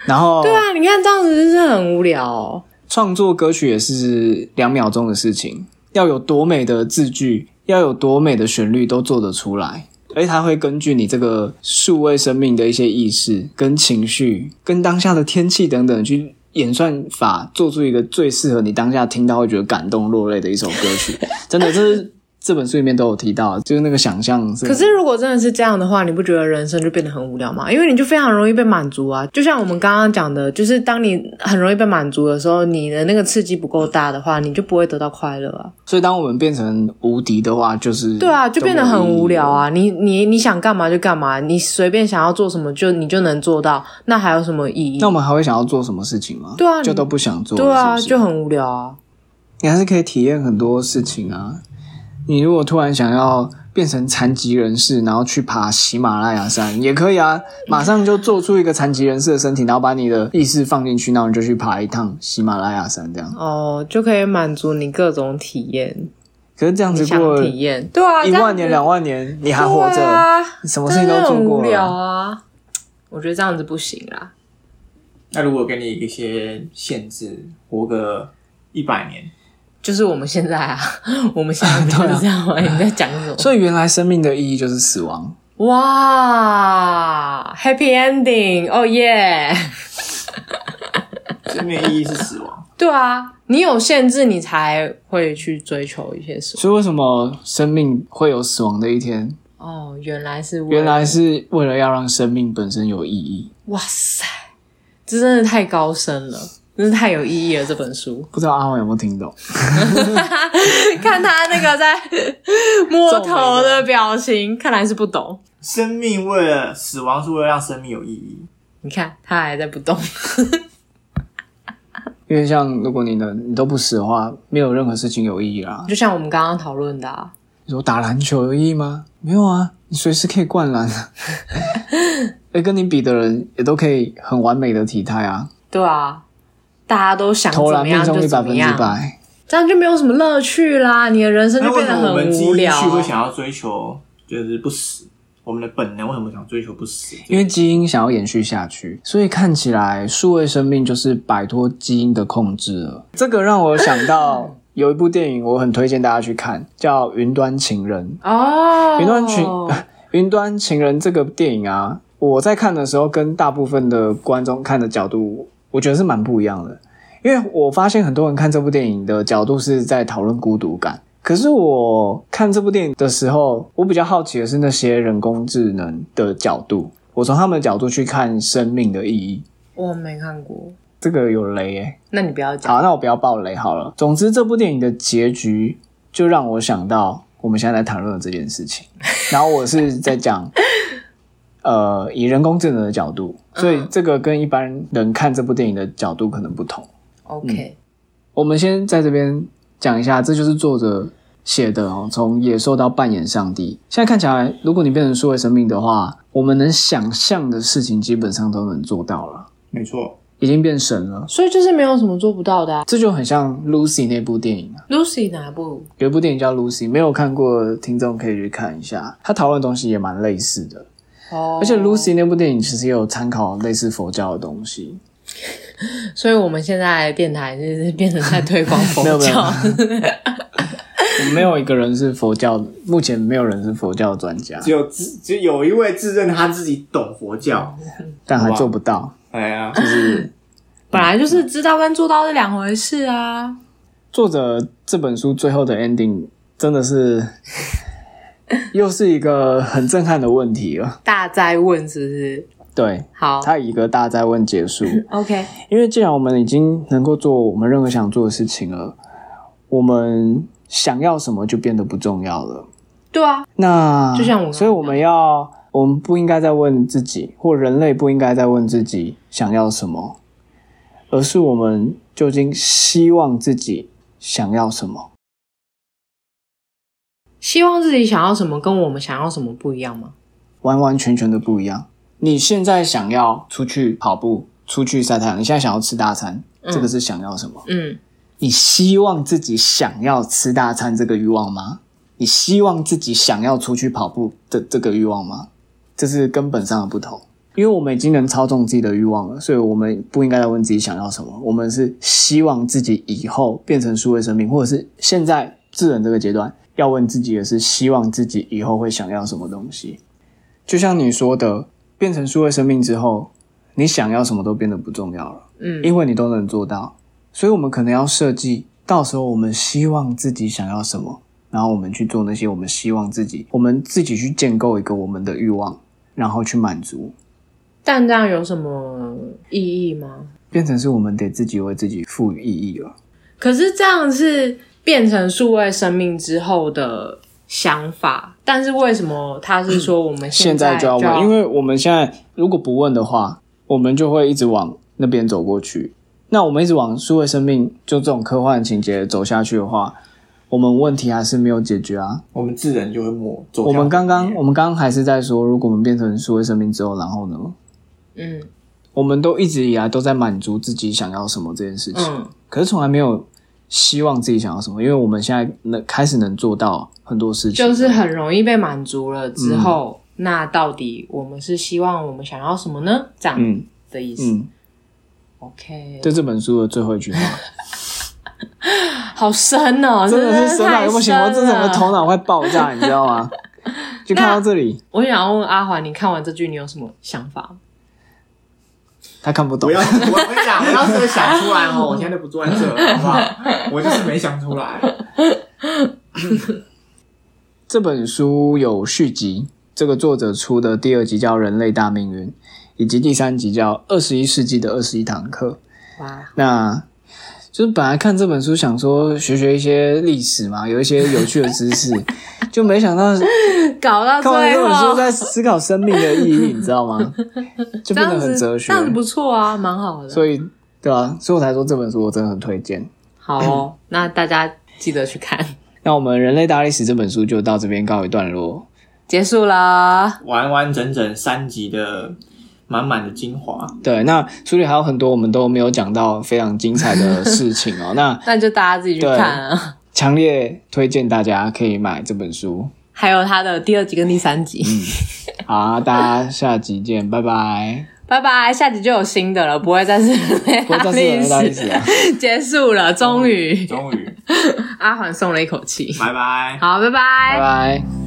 Speaker 2: 然后
Speaker 3: 对啊，你看这样子就是很无聊、哦。
Speaker 2: 创作歌曲也是两秒钟的事情，要有多美的字句，要有多美的旋律都做得出来。而且它会根据你这个数位生命的一些意识、跟情绪、跟当下的天气等等，去演算法做出一个最适合你当下听到会觉得感动落泪的一首歌 曲。真的，这是这本书里面都有提到，就是那个想象是。
Speaker 3: 可是如果真的是这样的话，你不觉得人生就变得很无聊吗？因为你就非常容易被满足啊。就像我们刚刚讲的，就是当你很容易被满足的时候，你的那个刺激不够大的话，你就不会得到快乐啊。
Speaker 2: 所以当我们变成无敌的话，就是
Speaker 3: 对啊，就变得很无聊
Speaker 2: 啊。
Speaker 3: 啊！你你你想干嘛就干嘛，你随便想要做什么就你就能做到，那还有什么意义
Speaker 2: 那？我们还会想要做什么事情吗？
Speaker 3: 对啊
Speaker 2: 就都不想做了。
Speaker 3: 对
Speaker 2: 是
Speaker 3: 啊，
Speaker 2: 不是
Speaker 3: 就很无聊啊。
Speaker 2: 你还是可以体验很多事情啊。你如果突然想要变成残疾人士，然后去爬喜马拉雅山，也可以啊。马上就做出一个残疾人士的身体，然后把你的意识放进去，然后你就去爬一趟喜马拉雅山，这样。
Speaker 3: 哦，就可以满足你各种体验，
Speaker 2: 可是这样子
Speaker 3: 你想
Speaker 2: 过
Speaker 3: 体验，对啊，
Speaker 2: 一
Speaker 3: 这样
Speaker 2: 万年、
Speaker 3: 子
Speaker 2: 两万年，你还活
Speaker 3: 对
Speaker 2: 着，
Speaker 3: 啊，
Speaker 2: 你什么事情都做
Speaker 3: 真的很
Speaker 2: 过
Speaker 3: 无聊
Speaker 2: 了。
Speaker 3: 啊。我觉得这样子不行啊啦。
Speaker 1: 那如果给你一些限制，活个一百年，
Speaker 3: 就是我们现在啊，我们现在不就是这样吗？你在讲什 么？
Speaker 2: 所以原来生命的意义就是死亡。
Speaker 3: 哇，Happy Ending，哦耶！
Speaker 1: 生命的意义是死亡。
Speaker 3: 对啊，你有限制，你才会去追求一些什么。
Speaker 2: 所以为什么生命会有死亡的一天？
Speaker 3: 哦，原来是为了
Speaker 2: 原来是为了要让生命本身有意义。，
Speaker 3: 哇塞，这真的太高深了，真是太有意义了。这本书
Speaker 2: 不知道阿文有没有听懂？
Speaker 3: 看他那个在 摸头的表情，看来是不懂。
Speaker 1: 生命为了死亡是为了让生命有意义。
Speaker 3: 你看他还在不 懂，
Speaker 2: 因为像如果你的你都不死的话，没有任何事情有意义啦。
Speaker 3: 就像我们刚刚讨论的、啊，
Speaker 2: 你说打篮球有意义吗？没有啊，你随时可以灌篮 啊。哎，跟你比的人也都可以很完美的体态啊，
Speaker 3: 对啊，大家都想怎
Speaker 2: 投篮
Speaker 3: 么
Speaker 2: 命
Speaker 3: 样
Speaker 2: 中
Speaker 3: 就
Speaker 2: 率百
Speaker 3: 怎么
Speaker 2: 分之
Speaker 3: 样，
Speaker 2: 百。
Speaker 3: 这样就没有什么乐趣啦，你的人生
Speaker 1: 那
Speaker 3: 就
Speaker 1: 为
Speaker 3: 变
Speaker 1: 什
Speaker 3: 得
Speaker 1: 么我们
Speaker 3: 很
Speaker 1: 基
Speaker 3: 无
Speaker 1: 因
Speaker 3: 聊啊、
Speaker 1: 去会想要追求就是不死？我们的本能为什么想追求不死？
Speaker 2: 因为基因想要延续下去，所以看起来数位生命就是摆脱基因的控制了。这个让我想到有一部电影，我很推荐大家去看，叫《云端情人》。
Speaker 3: 哦，
Speaker 2: 云端群 云端情人这个电影啊，我在看的时候跟大部分的观众看的角度，我觉得是蛮不一样的。因为我发现很多人看这部电影的角度是在讨论孤独感，可是我看这部电影的时候，我比较好奇的是那些人工智能的角度，我从他们的角度去看生命的意义。
Speaker 3: 我没看过，
Speaker 2: 这个有雷耶、
Speaker 3: 那你不要讲。
Speaker 2: 好，那我不要爆雷好了。总之，这部电影的结局就让我想到我们现在在谈论的这件事情。然后我是在讲，呃，以人工智能的角度，所以这个跟一般人看这部电影的角度可能不同。
Speaker 3: OK，、
Speaker 2: 我们先在这边讲一下，这就是作者写的哦，从野兽到扮演上帝。现在看起来，如果你变成数位生命的话，我们能想象的事情基本上都能做到了，
Speaker 1: 没错，
Speaker 2: 已经变神了。
Speaker 3: 所以就是没有什么做不到的、啊。
Speaker 2: 这就很像 Lucy 那部电影啊。
Speaker 3: Lucy 哪部？
Speaker 2: 有一部电影叫《Lucy》，没有看过的听众可以去看一下，它讨论的东西也蛮类似的。
Speaker 3: 哦，
Speaker 2: 而且《Lucy》那部电影其实也有参考类似佛教的东西，
Speaker 3: 所以我们现在电台就是变成在推广佛
Speaker 2: 没有没有
Speaker 3: 教，
Speaker 2: 没有一个人是佛教，目前没有人是佛教专家，
Speaker 1: 只有自只有一位自认他自己懂佛教。
Speaker 2: 但还做不到。
Speaker 1: 嗯哎呀，
Speaker 3: 本来就是知道跟做到是两回事啊。
Speaker 2: 作者这本书最后的 ending 真 的是又是一个很震撼的问题了。
Speaker 3: 大灾问是不是？
Speaker 2: 对，
Speaker 3: 好
Speaker 2: 它以一个大灾问结束。
Speaker 3: ，OK，
Speaker 2: 因为既然我们已经能够做我们任何想做的事情了，我们想要什么就变得不重要了。
Speaker 3: 对啊，
Speaker 2: 那
Speaker 3: 就像我
Speaker 2: 所以我们要，我们不应该再问自己，或人类不应该再问自己想要什么，而是我们究竟希望自己想要什么。
Speaker 3: 希望自己想要什么跟我们想要什么不一样吗？
Speaker 2: 完完全全的不一样。你现在想要出去跑步，出去晒太阳，你现在想要吃大餐，
Speaker 3: 嗯
Speaker 2: 这个是想要什么？
Speaker 3: 嗯，
Speaker 2: 你希望自己想要吃大餐这个欲望吗？你希望自己想要出去跑步的这个欲望吗？这是根本上的不同。因为我们已经能操纵自己的欲望了，所以我们不应该再问自己想要什么。我们是希望自己以后变成数位生命，或者是现在智能这个阶段，要问自己的是希望自己以后会想要什么东西。就像你说的，变成数位生命之后，你想要什么都变得不重要了，
Speaker 3: 嗯
Speaker 2: 因为你都能做到。所以我们可能要设计，到时候我们希望自己想要什么，然后我们去做那些我们希望自己，我们自己去建构一个我们的欲望，然后去满足，
Speaker 3: 但这样有什么意义吗？
Speaker 2: 变成是我们得自己为自己赋予意义了。
Speaker 3: 可是这样是变成数位生命之后的想法，但是为什么他是说我们
Speaker 2: 现
Speaker 3: 在
Speaker 2: 在就要问，因为我们现在如果不问的话，我们就会一直往那边走过去。那我们一直往数位生命就这种科幻情节走下去的话，我们问题还是没有解决啊。
Speaker 1: 我们自然就会抹走
Speaker 2: 我
Speaker 1: 向
Speaker 2: 们刚刚
Speaker 1: 毁灭
Speaker 2: 我们刚刚还是在说，如果我们变成数位生命之后，然后呢？
Speaker 3: 嗯
Speaker 2: 我们都一直以来都在满足自己想要什么这件事情，
Speaker 3: 嗯
Speaker 2: 可是从来没有希望自己想要什么，因为我们现在能开始能做到很多事情，
Speaker 3: 就是很容易被满足了之后，那到底我们是希望我们想要什么呢？这样
Speaker 2: 嗯
Speaker 3: 的意思。
Speaker 2: 嗯，
Speaker 3: OK，
Speaker 2: 这这本书的最后一 句话，
Speaker 3: 好深哦，
Speaker 2: 真的是
Speaker 3: 深
Speaker 2: 神来又不行，我
Speaker 3: 真
Speaker 2: 真的我头脑快爆炸，你知道吗？就看到这里，
Speaker 3: 我想要问阿华，你看完这句你有什么想法？
Speaker 2: 他看不懂
Speaker 1: 不要，，我我跟你讲，我要是想出来哦，我现在就不坐 在这了，好不好？我就是没想出来。
Speaker 2: 这本书有续集，这个作者出的第二集叫《人类大命运》，以及第三集叫《二十一世纪的二十一堂课》。
Speaker 3: 哇，
Speaker 2: 那就是本来看这本书想说学学一些历史嘛，有一些有趣的知识，就没想 到
Speaker 3: 搞到
Speaker 2: 看完
Speaker 3: 最
Speaker 2: 这本
Speaker 3: 后
Speaker 2: 书在思考生命的意义，你知道吗？就
Speaker 3: 这
Speaker 2: 变
Speaker 3: 样
Speaker 2: 得
Speaker 3: 子
Speaker 2: 很哲学
Speaker 3: 这，样子不错啊，蛮好的。
Speaker 2: 所以对啊，所以我才说这本书我真的很推荐。
Speaker 3: 好哦，那大家记得去看。
Speaker 2: 那我们《人类大历史》这本书就到这边告一段落。
Speaker 3: 结束啦，
Speaker 1: 完完整整三集的满满的精华。
Speaker 2: 对，那书里还有很多我们都没有讲到非常精彩的事情哦。那
Speaker 3: 那就大家自己去
Speaker 2: 对
Speaker 3: 看啊。
Speaker 2: 强烈推荐大家可以买这本书。
Speaker 3: 还有他的第二集跟第三集，
Speaker 2: 好啊，大家下集见，拜拜。
Speaker 3: 拜拜，下集就有新的了，不会再是
Speaker 2: 不过这是《人类大历
Speaker 3: 历
Speaker 2: 史
Speaker 3: 史》
Speaker 2: 啊。
Speaker 3: 结束了，终于
Speaker 1: 嗯终于，
Speaker 3: 阿环松了一口气。
Speaker 1: 拜拜。
Speaker 3: 好，拜拜
Speaker 2: 拜拜。